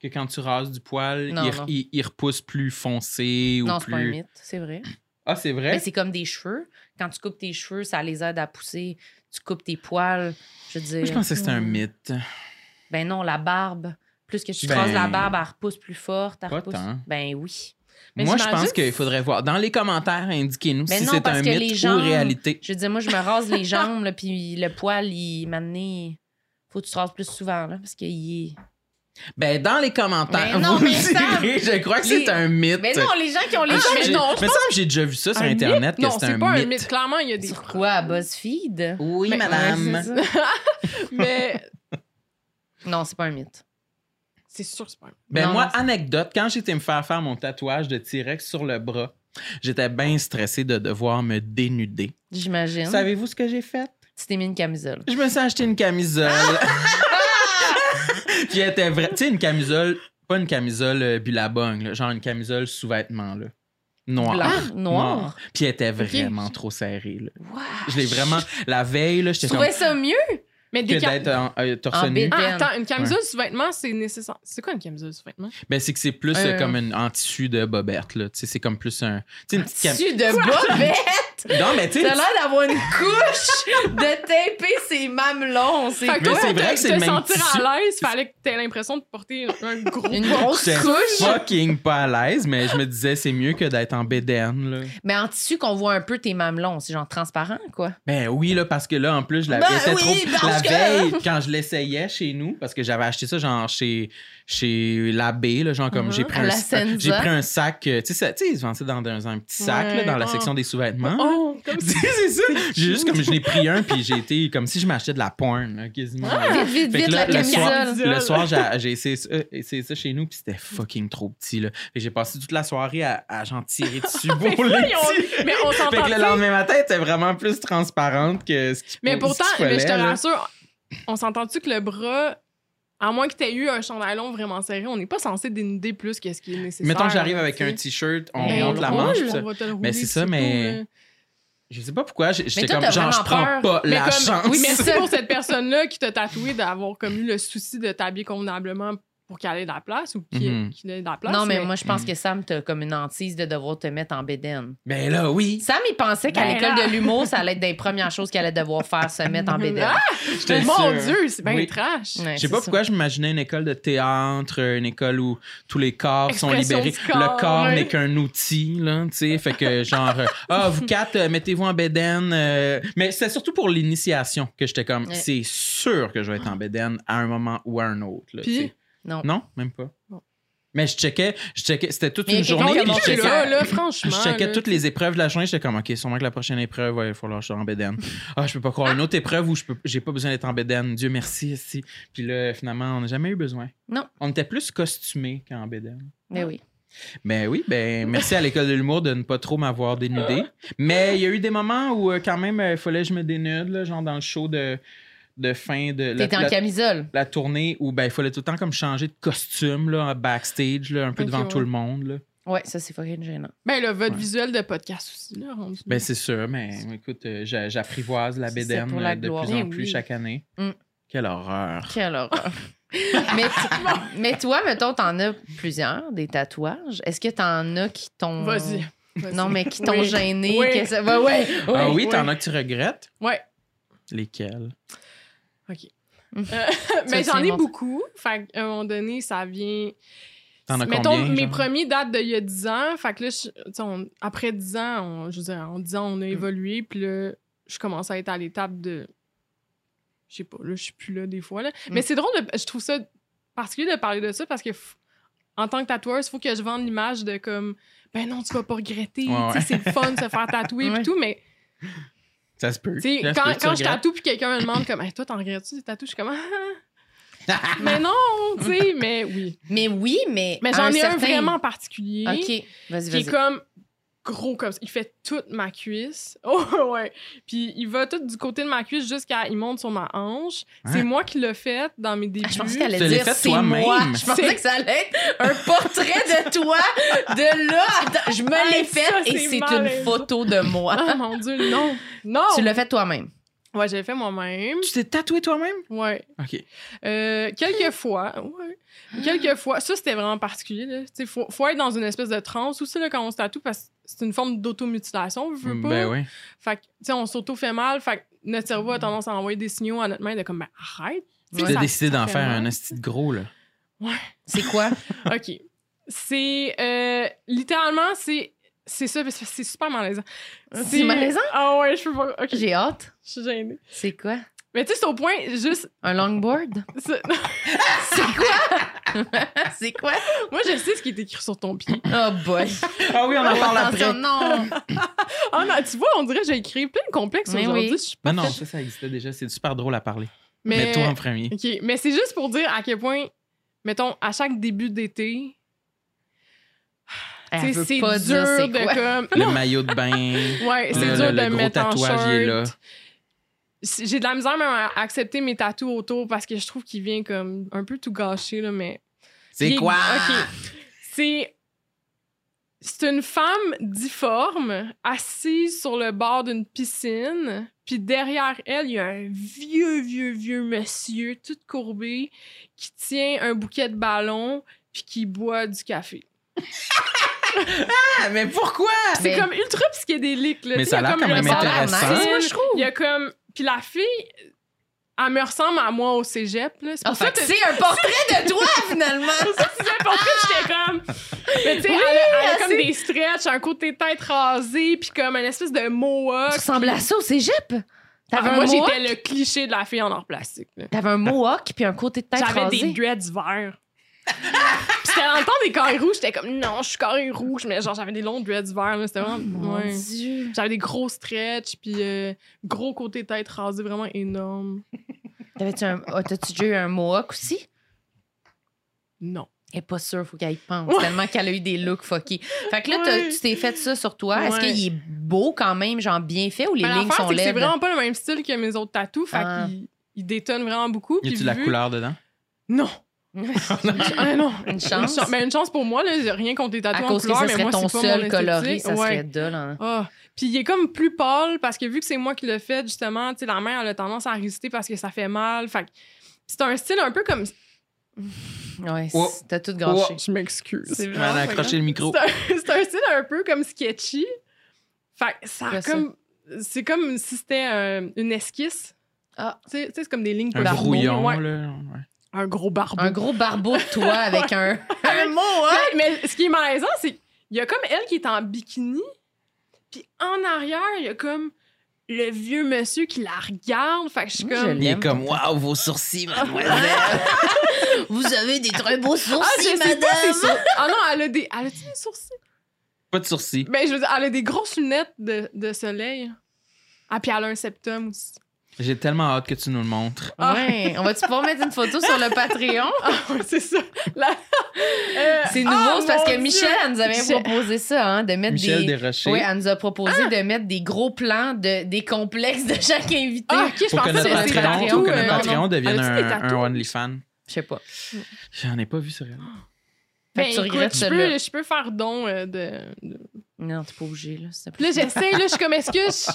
Que quand tu rases du poil, Non, il, non. il- il repousse plus foncé ou Non, c'est plus. pas un mythe, c'est vrai. Ah, c'est Mais vrai? c'est comme des cheveux. Quand tu coupes tes cheveux, ça les aide à pousser. Tu coupes tes poils. Je veux dire. Moi, je pensais que c'était un hmm. mythe. Ben non, la barbe. Plus que tu te Ben, rases la barbe, elle repousse plus forte. Elle pas repousse. tant. Ben oui. Mais Moi, je j'imagine- pense qu'il faudrait voir. Dans les commentaires, indiquez-nous Mais si non, c'est parce un que mythe les gens- ou réalité. Je veux dire, moi, je me rase les jambes, là, puis le poil, il m'a amené. Faut que tu te rases plus souvent, là, parce qu'il est. Ben, dans les commentaires, Mais non, vous mais me Sam, direz, je crois que les- c'est un mythe. Mais non, les gens qui ont les Ah, jambes. j'ai- non, je mais ça, j'ai déjà vu ça sur Un Internet, mythe? que Non, c'est c'est un pas un mythe. mythe. Clairement, il y a des. Sur quoi, à BuzzFeed? Oui, Mais- madame. Ouais, c'est (laughs) ça. Mais non, c'est pas un mythe. c'est sûr que c'est pas un mythe. Ben Non, moi, non, c'est- anecdote, quand j'étais me faire faire mon tatouage de T-Rex sur le bras, j'étais bien stressée de devoir me dénuder. J'imagine. Savez-vous ce que j'ai fait? Tu t'es mis une camisole. Je me suis acheté une camisole. Ah! (laughs) Puis elle était vra- Tu sais, une camisole, pas une camisole euh, bulabong, là, genre une camisole sous-vêtement, là. Noir. Ah, noir. Puis elle était Ok. vraiment trop serrée, là. Wow. Je l'ai vraiment. La veille, là, Je j'étais comme. trouvais ça mieux. Mais Que des cam- d'être en- euh, torse En nu. bide. Ah, attends, une camisole sous-vêtement, c'est nécessaire. C'est quoi une camisole sous-vêtement? Ben, c'est que c'est plus euh, Euh. comme une, en tissu de bobette, là. Tu sais, c'est comme plus un. Tu sais, une petite cam- Dessus de (laughs) bobette. Non, mais tu sais, T'as l'air d'avoir une couche de taper ses mamelons. C'est Fait que Mais toi, c'est pour vrai te- que c'est le te même sentir tissu. à l'aise, fallait que t'aies l'impression de porter un gros une poids. grosse J'étais couche. fucking pas à l'aise, mais je me disais, c'est mieux que d'être en bédaine, là. Mais en tissu qu'on voit un peu tes mamelons, c'est genre transparent, quoi. Ben oui, là, parce que là, en plus, je l'avais Ben j'étais oui, trop... La parce que- veille, quand je l'essayais chez nous, parce que j'avais acheté ça, genre, chez, chez l'abbé, là, genre, comme Mhm. j'ai pris À un... la sac- Senza. J'ai pris un sac, euh, tu sais, ça- tu sais, ils vendent ça dans, un- un petit sac, Ouais, là, dans la (laughs) oh. section des sous-vêtements. Oh, Comme si- c'est ça. J'ai juste comme je l'ai pris un, puis j'ai été comme si je m'achetais de la porn, là, quasiment. Vite, vite, Ah. Fait que vite, là, la le soir- camisole. camisole. Le soir, j'ai- j'ai essayé, ça- euh, essayé ça chez nous, puis c'était fucking trop petit. Là. Fait que j'ai passé toute la soirée à, à j'en tirer dessus pour Mais ça, le ils ont- petit. Mais on Fait que le s'entend. lendemain matin, elle était vraiment plus transparente que ce qu'il Mais faut- pourtant, ce qu'il mais je te fallait, là. rassure, on s'entend-tu que le bras, à moins que tu aies eu un chandail long vraiment serré, on n'est pas censé dénuder plus que ce qui est nécessaire. Mettons que j'arrive là, avec tu un sais. Ben, t-shirt, on Mais monte la roule. manche. on puis ça. va te le Mais rouler, c'est ça, tout, mais- là. Je sais pas pourquoi, j'ai- j'étais toi, comme t'as genre, je vraiment prends peur. pas Mais la comme- chance. Oui, (laughs) merci pour cette personne-là qui t'a tatoué d'avoir comme eu le souci de t'habiller convenablement pour qu'elle ait de la place ou qu'il Mhm. qu'il ait de la place. non, mais, moi, je pense Mm. que Sam, t'as comme une hantise de devoir te mettre en bédaine. Mais Ben là, oui. Sam, il pensait qu'à Ben l'école là. de l'humour, ça allait être des premières choses qu'elle allait devoir faire, se (laughs) mettre en bédaine. J'étais Mon sûre. Dieu, c'est bien Oui. trash. Ouais, Je c'est sais pas ça. pourquoi je m'imaginais une école de théâtre, une école où tous les corps sont Expression libérés. du corps, le corps ouais. n'est qu'un outil, là, tu sais. Fait que (laughs) genre, euh, ah, vous quatre, euh, mettez-vous en bédaine. euh. Mais c'était surtout pour l'initiation que j'étais comme, Ouais. c'est sûr que je vais être en bédaine à un moment ou à un autre, là, Puis- tu sais. Non. Non, même pas. Non. Mais je checkais, je checkais, c'était toute Mais il y a une quelqu'un journée. qui a puis montré je checkais- là, là, franchement. je checkais là. toutes les épreuves de la journée, j'étais comme, OK, sûrement que la prochaine épreuve, ouais, il va falloir que je sois en (laughs) bédaine. Ah, je peux pas croire. Une autre épreuve où je peux, j'ai pas besoin d'être en bédaine. Dieu merci, si. Puis là, finalement, on n'a jamais eu besoin. Non. On était plus costumés qu'en bédaine. Mais oui. Ben oui, ben merci à l'école de l'humour de ne pas trop m'avoir dénudé. Mais il y a eu des moments où, euh, quand même, il fallait que je me dénude, là, genre dans le show de, de fin de. la- T'étais en la- camisole. la tournée où ben, il fallait tout le temps comme changer de costume là, en backstage, là, un peu Ok, devant ouais. tout le monde. là. Ouais, ça, c'est fucking gênant. Ben, le vote Ouais. visuel de podcast aussi, là, rendu. Ben, c'est sûr, mais écoute, euh, j'a- j'apprivoise la C'est bédaine pour la euh, de gloire. plus en Eh plus oui. chaque année. Mm. Quelle horreur. Quelle horreur. mais, (laughs) tu- mais toi, mettons, t'en as plusieurs, des tatouages. Est-ce que t'en as qui t'ont. Vas-y. Vas-y. Non, mais qui t'ont Oui. gêné. Oui. que ça- Ben ouais. ah Ouais, oui, t'en ouais. as que tu regrettes? Ouais. Lesquels? Euh, (laughs) (laughs) Mais Tu j'en tiens ai mon- beaucoup. Fait qu'à un moment donné, ça vient. T'en as Mettons, combien? mes genre? premiers dates d'il y a 10 ans. Fait que là, je- tu sais, on- après 10 ans, on, je veux dire, en 10 ans, Mm. on a évolué. Puis là, je commence à être à l'étape de. Je sais pas, là, je suis plus là des fois. Là. Mm. Mais c'est drôle, de- je trouve ça particulier de parler de ça parce que, f- en tant que tatoueuse, il faut que je vende l'image de comme, ben non, tu vas pas regretter. Ouais, tu sais, C'est le fun de se faire (laughs) tatouer Ouais. et tout. Mais Ça se peut. tu sais, Ça se quand, peut que tu quand je regrettes. tatoue puis quelqu'un me demande comme, Hey, toi, t'en regrettes-tu des tatouages? Je suis comme, Ah. (laughs) mais non, tu sais, mais oui. Mais oui, mais. Mais à j'en ai un certain- vraiment particulier. OK. Vas-y, Qui est vas-y. comme gros comme ça. Il fait toute ma cuisse. (laughs) Oh ouais. Puis il va tout du côté de ma cuisse jusqu'à il monte sur ma hanche. Hein? C'est moi qui l'ai fait dans mes débuts. Ah, je pensais Tu qu'elle l'as allait dire fait c'est toi-même. moi. Je pensais C'est- que ça allait être un portrait de toi de là. Attends, je me l'ai Hey, fait Ah, ça, et c'est c'est une malaisant. photo de moi. (laughs) Oh mon dieu, non. Non. Tu l'as fait toi-même. Ouais, j'ai fait moi-même. Tu t'es tatoué toi-même? Ouais. OK. Euh, quelques fois, ouais. Quelques fois, ça c'était vraiment particulier. Là. Tu sais, Faut, faut être dans une espèce de transe aussi là, quand on se tatoue parce que c'est une forme d'automutilation, on veut pas. Ben oui. Fait que, tu sais, on s'auto fait mal. Fait que notre cerveau a tendance à envoyer des signaux à notre main de comme, ben (laughs) arrête. Tu sais, T'as ça- décidé ça d'en fait faire mal. un asti de gros, là. C'est quoi? OK. C'est. euh, littéralement, c'est. C'est ça, parce que c'est super malaisant. C'est malaisant? Ah ouais, je peux pas. OK, je J'ai hâte. suis gênée. C'est quoi? Mais tu sais, c'est au point, juste. Un longboard? ça- (laughs) C'est quoi? (laughs) c'est quoi? Moi, je sais ce qui est écrit sur ton pied. Oh (laughs) boy. Ah oui, on en parle Attention, après. non. Ah non, tu vois, on dirait que j'ai écrit plein de complexes Mais aujourd'hui. oui. je suis pas Ben non, faite. ça, ça existait déjà. C'est super drôle à parler. Mais, Mais toi en (laughs) premier. OK, mais c'est juste pour dire à quel point, mettons, à chaque début d'été, tu Elle sais, veut c'est pas dur dire c'est quoi. de comme. Le maillot de bain. Ouais, Le- (laughs) c'est le- dur le de gros mettre en tatouage, shirt. il est là. Si- J'ai de la misère même à accepter mes tatous autour parce que je trouve qu'il vient comme un peu tout gâcher, là, mais... C'est Il est- quoi? OK. C'est... C'est une femme difforme, assise sur le bord d'une piscine, puis derrière elle, il y a un vieux, vieux, vieux monsieur, tout courbé, qui tient un bouquet de ballons, puis qui boit du café. Ah, mais pourquoi? C'est Mais- comme ultra psychédélique, là. Mais Tu sais, ça a il y l'air comme quand un même Ça a l'air sensoriel. intéressant. nice, Ben. moi, je Il trouve. y a comme. Puis la fille, elle me ressemble à moi au cégep. Là. C'est pour Ah, ça fait que que c'est un portrait de (laughs) toi, finalement. c'est ça, pour ça que j'étais comme. Mais tu sais, Oui, elle a, elle a assez. comme des stretches, un côté tête rasé, puis comme une espèce de Tu mohawk. ressembles à ça au cégep? T'avais Ah, un moi, mohawk? j'étais le cliché de la fille en or plastique. là. T'avais un mohawk puis un côté de tête J'avais rasé. des dreads verts. Puis c'était j'étais dans le temps des carrés rouges, j'étais comme non, je suis carré rouge, mais genre j'avais des longs dreads verts, là, c'était vraiment. Oh, Mon ouais. Dieu. J'avais des gros stretch, puis euh, gros côté tête rasé vraiment énorme. T'avais-tu un. ah, T'as-tu déjà eu un mohawk aussi? Non. Elle est pas sûre, faut qu'elle y pense. Ouais. Tellement qu'elle a eu des looks fucky. Fait que là, t'as- Ouais. tu t'es fait ça sur toi. Est-ce Ouais. qu'il est beau quand même, genre bien fait ou les Mais lignes l'affaire, sont c'est que c'est laides? (laughs) vraiment pas le même style que mes autres tatous, fait Ah. qu'ils ils détonnent vraiment beaucoup. Y puis a-tu la vu- couleur dedans? Non. Ah, non. Une chance. Une, mais une chance pour moi, là, j'ai rien contre les à tatouages en cause que couleur, ce mais serait moi, ton c'est pas mon seul coloré, esthétique. ça Ouais. serait dull. hein. Ah. Puis il est comme plus pâle parce que vu que c'est moi qui l'ai fait, justement, tu sais, la main, elle a tendance à résister parce que ça fait mal. Fait que c'est un style un peu comme. Ouais, Oh. c'est- t'as tout gâché. Je m'excuse. Elle a accroché le micro. C'est un, (laughs) c'est un style un peu comme sketchy. Fait que ça a Quoi, ça? comme. C'est comme si c'était euh, une esquisse. Ah. Tu sais, tu sais, c'est comme des lignes Un pour brouillon, Ouais. là. ouais. Un gros barbeau. Un gros barbeau de toi avec un, un mot, (laughs) hein? Mais, mais ce qui est malaisant, c'est qu'il y a comme elle qui est en bikini, puis en arrière, il y a comme le vieux monsieur qui la regarde. Fait que je suis Oui, comme. Il est L'aime, comme, waouh, vos sourcils, mademoiselle. Vous avez des très beaux sourcils, Ah, je sais madame! pas, c'est ça. Ah non, elle a des. Elle a-tu des sourcils? Pas de sourcils. Ben, je veux dire, elle a des grosses lunettes de, de soleil. Ah, puis elle a un septum aussi. (laughs) J'ai tellement hâte que tu nous le montres. Ouais, on va-tu pouvoir mettre une photo sur le Patreon? Ah, ouais, c'est ça. La- Euh, C'est nouveau, ah, c'est parce mon que Dieu. Michel, elle nous avait Michel- proposé ça, hein, de mettre Michel des... Desrochers. Oui, elle nous a proposé de mettre des gros plans de, des complexes de chaque invité. Ah, ok, je Pour que pensais notre que c'était Patreon, tatou. pour que euh, notre non, Patreon non. devienne Elle a-tu des un, un tatous? OnlyFans. Je sais pas. J'en ai pas vu, sérieux. Fait Ben, que tu écoute, regrettes je celle-là. peux, je peux faire don euh, de, Non, t'es pas obligé, là. s'il te Puis plaît. là, j'essaie, là, je suis comme, est-ce que je.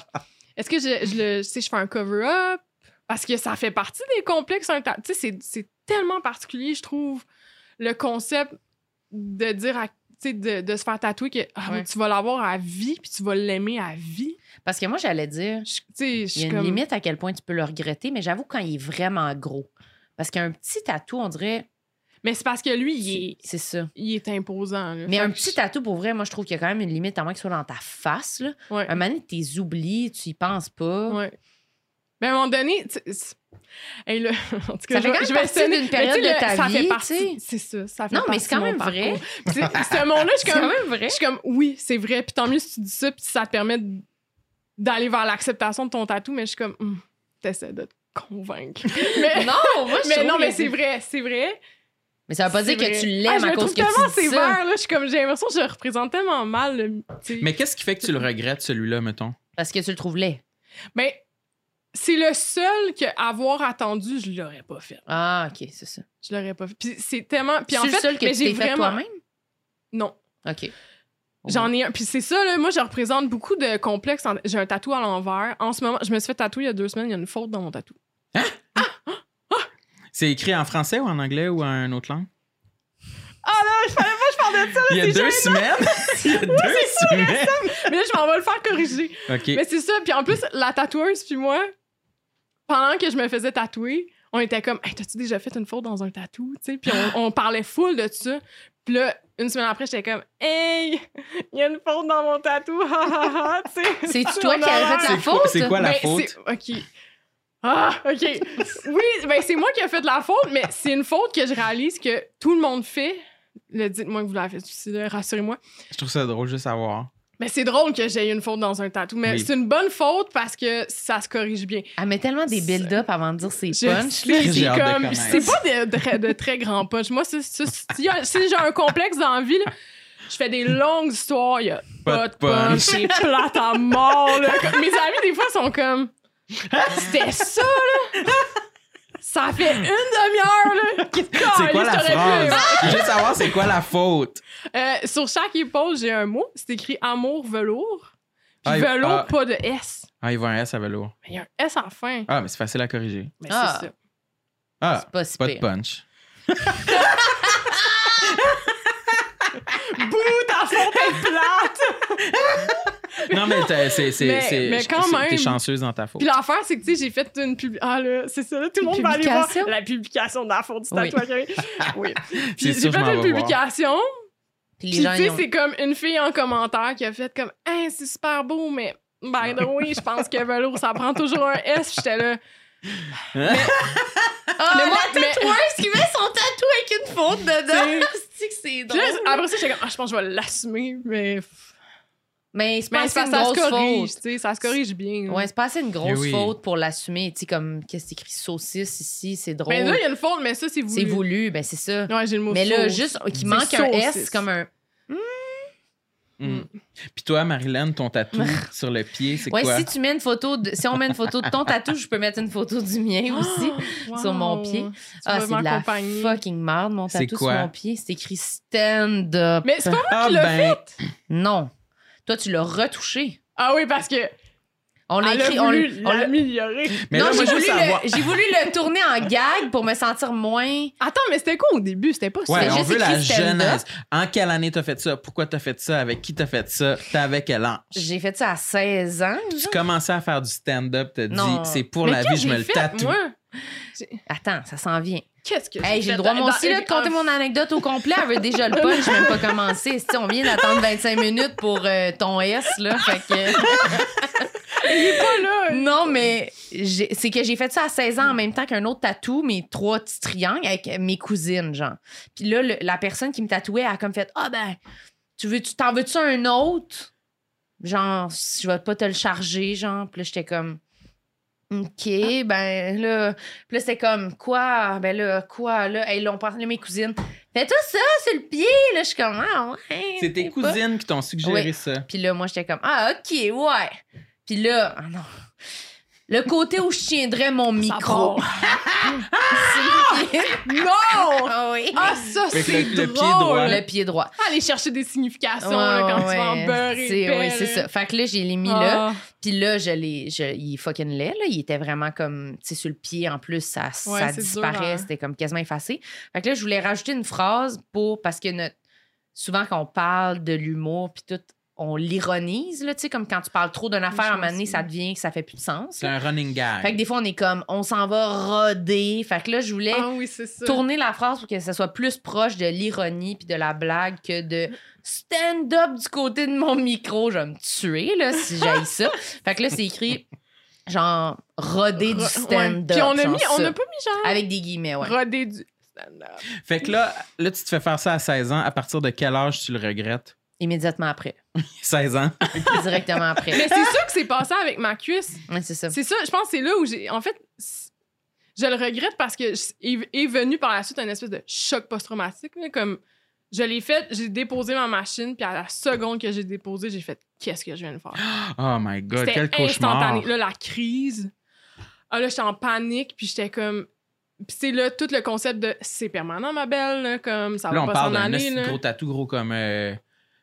Est-ce que je, je le- tu sais, je fais un cover-up? Parce que ça fait partie des complexes. un ta- Tu sais, c'est- c'est tellement particulier, je trouve, le concept de dire à. Tu sais, de, de se faire tatouer que ah, Ouais. tu vas l'avoir à vie, puis tu vas l'aimer à vie. Parce que moi, j'allais dire, Je- Tu sais, je il y suis a une comme. limite à quel point tu peux le regretter, mais j'avoue quand il est vraiment gros. Parce qu'un petit tatou, on dirait, Mais c'est parce que lui, il est, c'est ça. il est imposant. là. Mais Fait un que petit je- tatou, pour vrai, moi, je trouve qu'il y a quand même une limite, à moins qu'il soit dans ta face. Là. Ouais. Un moment donné, t'es oublié, tu y penses pas. Ouais. Mais à un moment donné, tu sais, c'est- Hey, là, (laughs) en tout cas, Ça fait je, vais- quand même je vais partie sonner- d'une mais période tu sais, de le- ta ça vie, Fait tu partie, sais. c'est ça, ça fait Non, mais partie c'est quand de même mon vrai. parcours. Puis c'est- ce monde-là, je suis C'est comme, quand même vrai. je suis comme, oui, c'est vrai. Puis tant mieux si tu dis ça, puis ça te permet d- d'aller vers l'acceptation de ton tatou. Mais je suis comme, Hum, t'essaies de te (laughs) convaincre. (laughs) mais Non, moi, je (laughs) mais trouve non, que- mais c'est vrai, c'est vrai. Mais ça veut pas C'est dire que vrai. tu Ah, l'aimes je à cause le trouve que tellement tu dis ça. sévère, là. Je suis comme, j'ai l'impression que je représente tellement mal. le- tu sais. Mais qu'est-ce qui fait que tu le regrettes, celui-là, mettons? Parce que tu le trouves laid. Mais c'est le seul que avoir attendu, je l'aurais pas fait. Ah, OK, c'est ça. Je l'aurais pas fait. Puis c'est tellement. Puis en C'est fait, le seul que mais tu j'ai t'es fait vraiment- toi-même? Non. (laughs) OK. J'en ai un. Puis c'est ça, là. Moi, je représente beaucoup de complexes. en- J'ai un tatou à l'envers. En ce moment, je me suis fait tatouer il y a deux semaines. Il y a une faute dans mon tatou. C'est écrit en français ou en anglais ou en une autre langue? Ah là, je fallait pas que je parle de ça. Il y a Ah, c'est deux gênant. semaines! (laughs) Il y a deux semaines! Mais là, je m'en vais le faire corriger. OK. Mais c'est ça. Puis en plus, la tatoueuse, puis moi, pendant que je me faisais tatouer, on était comme, hey, t'as-tu déjà fait une faute dans un tatou? Tu sais, puis on, on parlait full de ça. Puis là, une semaine après, j'étais comme, hey, il y a une faute dans mon tatou. (laughs) Ha, ha, ha. Tu sais, C'est-tu toi qui avais fait la horreur. faute? C'est quoi la Ben, faute? c'est- OK. Ah, OK. Oui, ben c'est moi qui ai fait de la faute, mais c'est une faute que je réalise que tout le monde fait. Le dites-moi que vous l'avez fait aussi, là, rassurez-moi. Je trouve ça drôle juste à voir. Mais c'est drôle que j'ai eu une faute dans un tatou, mais Oui. c'est une bonne faute parce que ça se corrige bien. Elle met tellement des build-up avant de dire ses Je punchs. sais, J'ai c'est hâte de comme- connaître. c'est pas de, de- de très grands punch. Moi, c'est- c'est- s'il y a- si j'ai un complexe dans la vie, là, je fais des longues histoires, il y a pas de punch, c'est plate à mort. là. Comme- Mes amis, des fois, sont comme Hein? C'était ça, là! Ça fait (laughs) une demi-heure, là! C'est quoi Caliste, la j'aurais Ah, pu- phrase? Je veux juste savoir c'est quoi la faute. Euh, sur chaque épaule, j'ai un mot. C'est écrit amour, velours. Puis Ah, il- velours, ah. pas de S. Ah, il va un S à velours. Mais il y a un S à la fin. Ah, mais c'est facile à corriger. Mais Ah. c'est ça. Ah, C'est pas si pas de pire. punch. Bouh, ta faute est plate! (laughs) Non, mais t'as- c'est. c'est- Mais- c'est- mais quand c'est- même. T'es chanceuse dans ta faute. Puis l'affaire, c'est que, tu sais, j'ai fait une pub. Ah, là, c'est ça, là, tout le Une monde va aller voir publication? la publication de la faute du Oui. tatouage. Oui. C'est sûr, Puis j'ai je m'en fait une vais voir. publication. Puis Puis les gens, tu ils sais, ont- c'est comme une fille en commentaire qui a fait comme « Hein, c'est super beau, mais by the way, je pense que velours, ça prend toujours un S. » Puis J'étais là... (laughs) Mais- Ah, Mais moi, la mais- tatoueuse qui met son tatou avec une faute dedans. (laughs) (laughs) C'est que c'est Puis drôle. là, après ça, j'étais comme, ah, je pense que je vais l'assumer, mais. Mais c'est pas Mais assez ça, une ça se grosse corrige, faute. tu sais, ça se corrige bien. Ouais, c'est pas assez une grosse Eh oui. faute pour l'assumer. Tu sais, comme, qu'est-ce qui écrit saucisse ici, c'est drôle. Mais Ben là, il y a une faute, mais ça, c'est voulu. c'est voulu, ben c'est ça. Ouais, j'ai le mot Mais là, sauce. juste oh, C'est qu'il manque un S, saucisse. c'est comme un. Mm. Puis toi, Marilyn, ton tatou sur le pied, c'est Ouais, quoi? si tu mets une photo, de... si on met une photo de ton tatou, je peux mettre une photo du (gasps) mien aussi. Oh, sur mon pied. Tu Ah, vas c'est de la m'accompagner. fucking merde, mon C'est tatou sur quoi? mon pied. C'est écrit stand up. Mais c'est pas moi Ah qui l'ai ben, Non. Toi, tu l'as retouché. Ah oui, parce que. On l'a Elle écrit. a on voulu on l'a- l'améliorer. mais non, là, moi, j'ai je veux voulu, euh, savoir. le, j'ai voulu le tourner en gag pour me sentir moins. Attends, mais c'était quoi au début? C'était pas ça. Ouais, C'est on juste veut la écrit stand-up. jeunesse. En quelle année t'as fait ça? Pourquoi t'as fait ça? Avec qui t'as fait ça? T'avais quel âge? J'ai fait ça à 16 ans. hein? Tu commençais à faire du stand-up, t'as Ah. Non. dit, c'est pour Mais la qu'est-ce vie, je que me j'ai le fait, tatoue. moi? Attends, ça s'en vient. Qu'est-ce que Hey, j'ai le fait droit, moi dans- aussi, là, de dans- compter mon anecdote au complet. Elle veut déjà le punch, j'ai même pas commencé. Si on vient (laughs) d'attendre 25 minutes pour euh, ton S, là. Fait que... Ah, là, Non, mais j'ai- c'est que j'ai fait ça à 16 ans en même temps qu'un autre tatou, mes trois petits triangles avec mes cousines, genre. Puis là, le- la personne qui me tatouait a comme fait Ah ben, tu veux, tu, t'en veux-tu un autre? Genre, je vais pas te le charger, genre. Puis là, j'étais comme Ah. OK, ben là. Puis là, c'était comme Quoi? Ben là, quoi? Là, hey, là, on parle de mes cousines. Fais-toi ça sur le pied! Là, je suis comme Ah ouais. C'est tes c'est pas- cousines qui t'ont suggéré Oui. ça. puis là, moi, j'étais comme, ah, OK, ouais. Puis là, ah non. Le côté où je tiendrais mon micro. (laughs) Non! Ah oui. Ah, ça, Fait que c'est le- le pied droit, drôle. là. Le pied droit. Aller chercher des significations Ouais, là, quand tu vas ouais. en beurre et C'est paix, oui, là. c'est ça. Fait que là, j'ai mis là. Ah. Puis là, je l'ai, je, il est fucking laid. Là. Il était vraiment comme, tu sais, sur le pied. En plus, ça, Ouais, ça c'est dur, disparaît. hein. C'était comme quasiment effacé. Fait que là, je voulais rajouter une phrase pour, parce que notre- souvent quand on parle de l'humour, puis tout, on l'ironise, là, tu sais, comme quand tu parles trop d'une affaire, à un choses, moment donné, ça oui. devient que ça fait plus de sens. C'est là. un running gag. Fait que des fois, on est comme, on s'en va roder. Fait que là, je voulais Ah oui, c'est ça. tourner la phrase pour que ça soit plus proche de l'ironie puis de la blague que de stand-up du côté de mon micro. Je vais me tuer, là, si j'aille (laughs) ça. fait que là, c'est écrit, genre, roder du Ouais. stand-up. Puis on a genre mis, on ça. n'a pas mis genre Avec des guillemets, ouais. rodé du stand-up. Fait que là, là, tu te fais faire ça à 16 ans. À partir de quel âge tu le regrettes? Immédiatement après. 16 ans. Directement après. (laughs) Mais c'est ça que c'est passé avec ma cuisse. Ouais, c'est ça. C'est ça, je pense que c'est là où j'ai. En fait, c- je le regrette parce que je- est est venu par la suite un espèce de choc post-traumatique. là, Comme je l'ai fait, j'ai déposé ma machine, puis à la seconde que j'ai déposé, j'ai fait qu'est-ce que je viens de faire. Oh my God, C'était quel cauchemar. instantané. Là, la crise. Ah, là, j'étais en panique, puis j'étais comme. Puis c'est là tout le concept de c'est permanent, ma belle, là, comme ça va Là, on pas parle s'en d'un aller. esti de Là. gros tatou gros comme euh,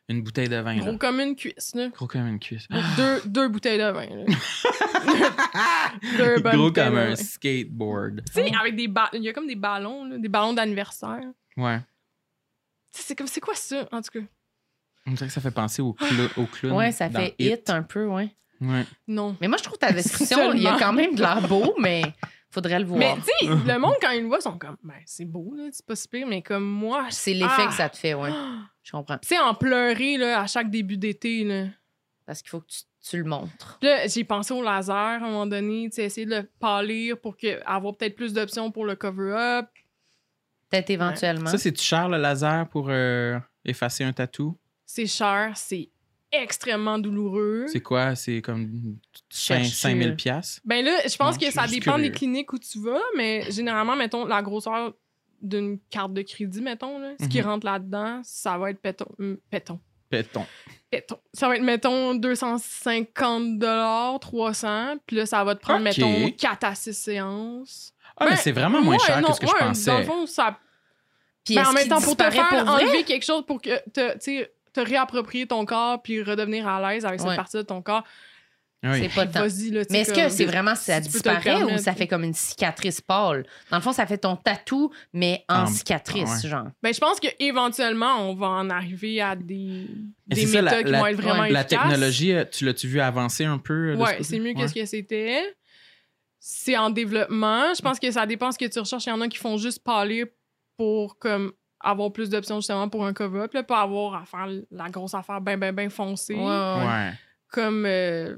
une bouteille de vin. là. Gros comme une cuisse, (gasps) là. Gros comme une (laughs) cuisse. Deux, deux bouteilles de vin, là. deux bonnes gros bouteilles comme de un vin. skateboard. Tu sais, avec des ballons, il y a comme des ballons, là, des ballons d'anniversaire. Ouais. Tu sais, c'est comme, c'est quoi ça, en tout cas? On dirait que ça fait penser au, clou- au clown. Ouais, ça dans fait hit un peu, ouais. Ouais. Non. Mais moi, je trouve (laughs) ta description, il y a Seulement. quand même de l'air beau, mais faudrait le voir. Mais (laughs) tu sais, le monde, quand ils le voient, sont comme, ben, c'est beau, là, c'est pas si pire, mais comme moi, je- C'est l'effet Ah! que ça te fait, ouais. Je comprends. tu sais, en pleurer, là, à chaque début d'été, là. Parce qu'il faut que tu, tu le montres. Puis là, j'ai pensé au laser à un moment donné, tu sais, essayer de le pâlir pour que, avoir peut-être plus d'options pour le cover-up. Peut-être hein. éventuellement. Ça, c'est-tu cher le laser pour euh, effacer un tatou? C'est cher, c'est extrêmement douloureux. C'est quoi? C'est comme Chercher. 5000 pièces Ben Hmm. là, je pense Non, je que suis ça juste dépend curieux. des cliniques où tu vas, mais généralement, mettons, la grosseur d'une carte de crédit, mettons, là, ce qui Mhm. rentre là-dedans, ça va être péton. hum, péton. Péton. Péton. Ça va être, mettons, 250 300 Puis là, ça va te prendre, Ok. mettons, 4 à 6 séances. Ah, Ben, mais c'est vraiment moins Ouais, cher non, que ce que ouais, je Dans pensais. le fond, ça... Puis Ben, est-ce en même qu'il temps, pour te disparaît faire pour vrai? enlever quelque chose pour que te, tu sais, te réapproprier ton corps puis redevenir à l'aise avec cette Ouais. partie de ton corps, Ah oui. C'est pas tant. vas-y, là, tu sais, Mais est-ce que comme- c'est vraiment ça si tu peux te le disparaît ou permettre. ça fait comme une cicatrice pâle? Dans le fond, ça fait ton tatou, mais en En- cicatrice, ouais. genre. Ben, je pense qu'éventuellement, on va en arriver à des, Mais des c'est ça, méthodes la- qui la- vont être vraiment La efficaces. technologie, euh, tu l'as-tu vu avancer un peu? euh, de Ouais, ce c'est mieux Ouais. que ce que c'était. C'est en développement. Je pense que ça dépend ce que tu recherches. Il y en a qui font juste pâlir pour comme avoir plus d'options justement pour un cover-up, là, pas avoir à faire la grosse affaire ben ben ben foncée. Ouais, ouais, ouais. Ouais. Comme euh,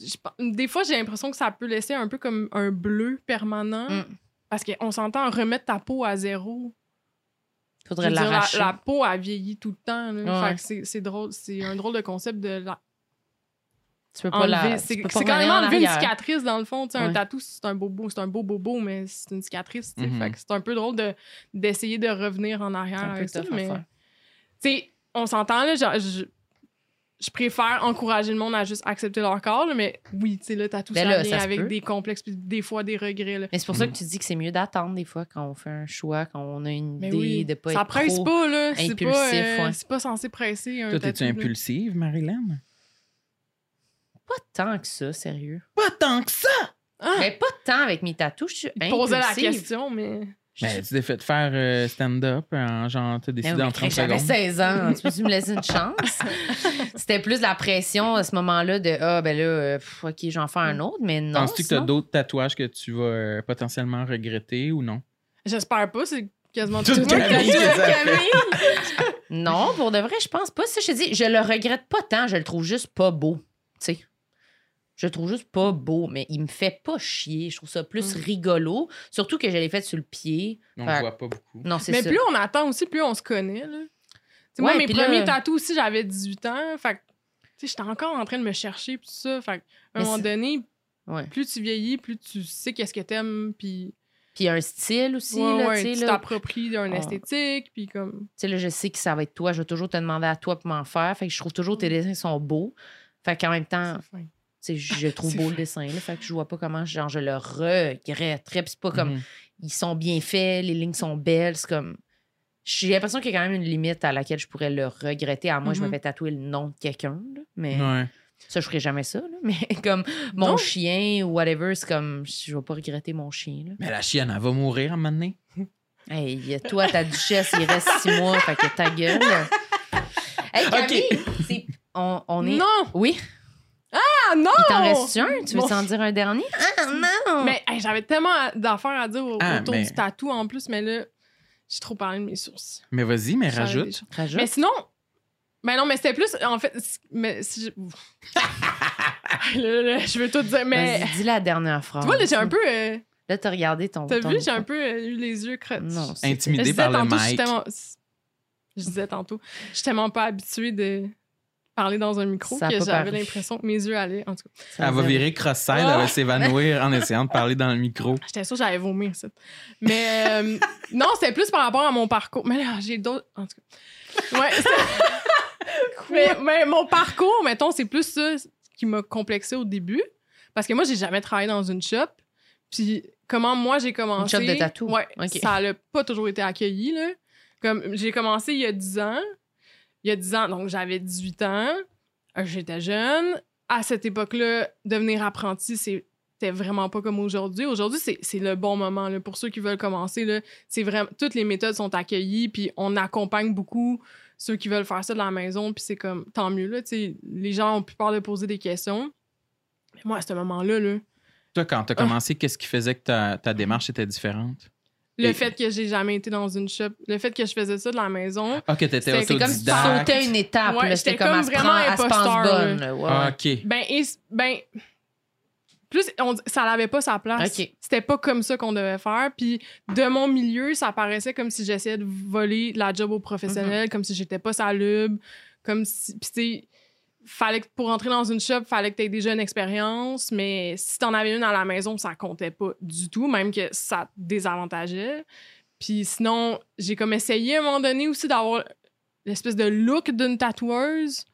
je pense- des fois j'ai l'impression que ça peut laisser un peu comme un bleu permanent. Mm. Parce qu'on s'entend remettre ta peau à zéro. Je Faudrait veux dire, la, l'arracher. la peau a vieilli tout le temps. là. Ouais. Fait que c'est- c'est drôle, c'est un drôle de concept de la Tu peux pas enlever. la. C'est tu peux pas c'est quand même revenir en enlever une arrière. cicatrice dans le fond. tu sais, Un Ouais. tatou, c'est un bobo, c'est un beau bobo, mais c'est une cicatrice. tu sais. Mhm. Fait que c'est un peu drôle de- d'essayer de, revenir en Mm-hmm. C'est arrière. un peu avec ça, tough à mais- faire. tu sais, on s'entend, là, genre, je, je préfère encourager le monde à juste accepter leur corps, là, mais oui, tu sais, là, t'as tout Ben ça, là, vient ça se avec peut. des complexes, puis des fois des regrets, là. Mais c'est pour Mm. ça que tu dis que c'est mieux d'attendre des fois quand on fait un choix, quand on a une Mais idée oui, de pas ça être presse trop- pas, là. C'est impulsif, pas, euh, ouais. c'est pas censé presser un Toi, t'es-tu tatou, là. impulsive, Marilyn? Pas tant que ça, sérieux. Pas tant que ça! Ah! Mais pas tant avec mes tatous, je suis Il posait la impulsive. question, mais... Je suis- Mais tu t'es fait faire euh, stand-up en genre, t'as Mais décidé Ben, oui, en mais 30 J'avais secondes. 16 ans. Tu peux-tu me laisser une chance? (laughs) C'était plus la pression à ce moment-là de Ah, ben là, euh, pff, OK, j'en fais un autre, mais non. Penses-tu que t'as sinon- d'autres tatouages que tu vas euh, potentiellement regretter ou non? J'espère pas, c'est quasiment Toute tout ta vie, Toute c'est ça. Camille! Non, pour de vrai, je pense pas. Ça, je te dis, je le regrette pas tant, je le trouve juste pas beau. Tu sais. Je le trouve juste pas beau, mais il me fait pas chier. Je trouve ça plus Mm. rigolo. Surtout que je l'ai fait sur le pied. On Fait- voit pas beaucoup. Non, c'est Mais ça. plus on attend aussi, plus on se connaît, là. Tu sais, moi, Ouais, mes puis là- premiers tatous aussi, j'avais 18 ans, fait que, tu sais, j'étais encore en train de me chercher, puis tout ça, fait que, Mais à un moment c'est- donné, Ouais. plus tu vieillis, plus tu sais qu'est-ce que t'aimes, puis Puis un style aussi, ouais, là, ouais, tu tu sais. là. t'appropries d'un Ah. esthétique, puis comme... Tu sais, là, je sais que ça va être toi. Je vais toujours te demander à toi pour m'en faire. Fait que je trouve toujours tes dessins sont beaux. Fait qu'en même temps, Mm. c'est fin. tu sais, je trouve C'est beau le vrai. dessin. Là, fait que je vois pas comment genre, je le regretterais. Puis c'est pas comme Mhm. Mm. ils sont bien faits, les lignes sont belles. C'est comme. J'ai l'impression qu'il y a quand même une limite à laquelle je pourrais le regretter. À moi, je me Mhm. fais tatouer le nom de quelqu'un. là, Mais Ouais. ça, je ferais jamais ça. là, (laughs) Mais comme mon Non. chien ou whatever, c'est comme. Je vais pas regretter mon chien. Là. Mais la chienne, elle va mourir un moment donné. (laughs) Hey, toi, ta duchesse, il reste six mois. Fait que ta gueule. Hey, Camille, c'est- on, on est. Non! Oui, Ah non! il t'en reste un? Tu veux Bon. t'en dire un dernier? Ah non! Mais hey, j'avais tellement à- d'affaires à dire au- Ah, autour mais- du tatou en plus, mais là, j'ai trop parlé de mes sourcils. Mais vas-y, mais J'avais des rajoute. choses. Rajoute. Mais sinon... Mais non, mais c'était plus... En fait, si- (laughs) mais si je... (laughs) Ouf. Là, là, je veux tout dire, mais... Vas-y, dis la dernière phrase. Tu vois, là, j'ai un peu... euh, Là, t'as regardé ton. T'as ton vu, j'ai un micro. peu euh, eu les yeux creux. Non, c'est- Je disais Intimidée par le tantôt, je suis mic. tellement- Je disais tantôt, je suis tellement pas habituée de parler dans un micro Ça a que pas j'avais paru. l'impression que mes yeux allaient. En tout cas, Ça Elle va dire- virer cross-eyed, Ah! elle va s'évanouir (laughs) en essayant de parler dans le micro. j'étais sûre que j'allais vomir. Ça. (laughs) Mais euh, non, c'était plus par rapport à mon parcours. Mais là, j'ai d'autres. En tout cas. Ouais, c'est- mais, mais mon parcours, mettons, c'est plus ça qui m'a complexé au début. Parce que moi, j'ai jamais travaillé dans une shop. Puis comment moi j'ai commencé. Une shop de tatou. Ouais. Ok. Ça n'a pas toujours été accueilli, là. Comme j'ai commencé il y a 10 ans. Il y a 10 ans, donc j'avais 18 ans. Euh, J'étais jeune. À cette époque-là, devenir apprenti, c'est- c'était vraiment pas comme aujourd'hui. Aujourd'hui, c'est c'est le bon moment. là. Pour ceux qui veulent commencer, là, c'est vraiment toutes les méthodes sont accueillies, puis on accompagne beaucoup ceux qui veulent faire ça de la maison, puis c'est comme tant mieux là, tu sais, les gens ont plus peur de poser des questions. Mais moi à ce moment-là, là, Toi, quand t'as Ah. commencé, qu'est-ce qui faisait que ta, ta démarche était différente? le Et- fait que j'ai jamais été dans une shop, le fait que je faisais ça de la maison, Ah, que t'étais C'est- c'est C'est comme si tu autodidacte. sautais une étape. Ouais, là, C'était j'étais comme, comme à se vraiment prendre- à se pense imposteur, bonne. là, ouais, ouais. Ah, OK. ben et c- ben plus on dit- ça n'avait pas sa place. Ok. C'était pas comme ça qu'on devait faire. Puis de mon milieu, ça paraissait comme si j'essayais de voler la job aux professionnels, comme si j'étais pas salubre, comme si puis tu sais, fallait que pour entrer dans une shop, fallait que tu aies déjà une expérience, mais si t'en avais une à la maison, ça comptait pas du tout, même que ça te désavantageait. Puis sinon, j'ai comme essayé à un moment donné aussi d'avoir l'espèce de look d'une tatoueuse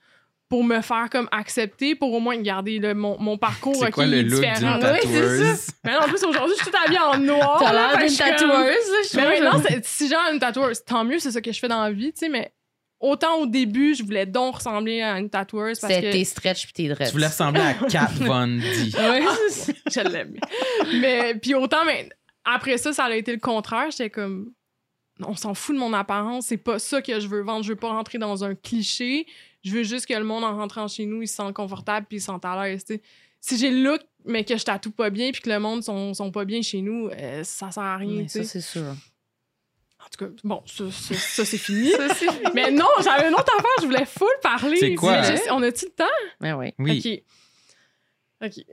pour me faire comme accepter, pour au moins garder le, mon, mon parcours C'est ok, quoi le look différent. d'une Oui, c'est ça. tatoueuse? Mais en plus, aujourd'hui, je suis toute habillée (laughs) en noir. T'as là, l'air fait que d'une je suis comme- tatoueuse. là, je Mais trouve. maintenant, c'est- si j'ai une tatoueuse, tant mieux, c'est ça que je fais dans la vie, tu sais, mais autant au début, je voulais donc ressembler à une tatoueuse parce C'était que... tes stretch puis tes dreads. Tu voulais ressembler (laughs) à Kat Von D. Ouais, (laughs) je l'aime. Mais puis autant, mais après ça, ça a été le contraire. J'étais comme, on s'en fout de mon apparence. C'est pas ça que je veux vendre. Je veux pas rentrer dans un cliché. Je veux juste que le monde en rentrant chez nous, il se sente confortable puis il se sente à l'aise. tu sais. Si j'ai le look, mais que je tatoue pas bien puis que le monde sont, sont pas bien chez nous, euh, ça sert à rien. Mais tu Ça, c'est sais. sûr. En tout cas, bon, ça, ça- (laughs) ça, c'est fini. mais non, j'avais une autre affaire. Je voulais full parler. C'est quoi, Mais hein? je- On a-tu le temps? Mais oui. Oui. OK. OK.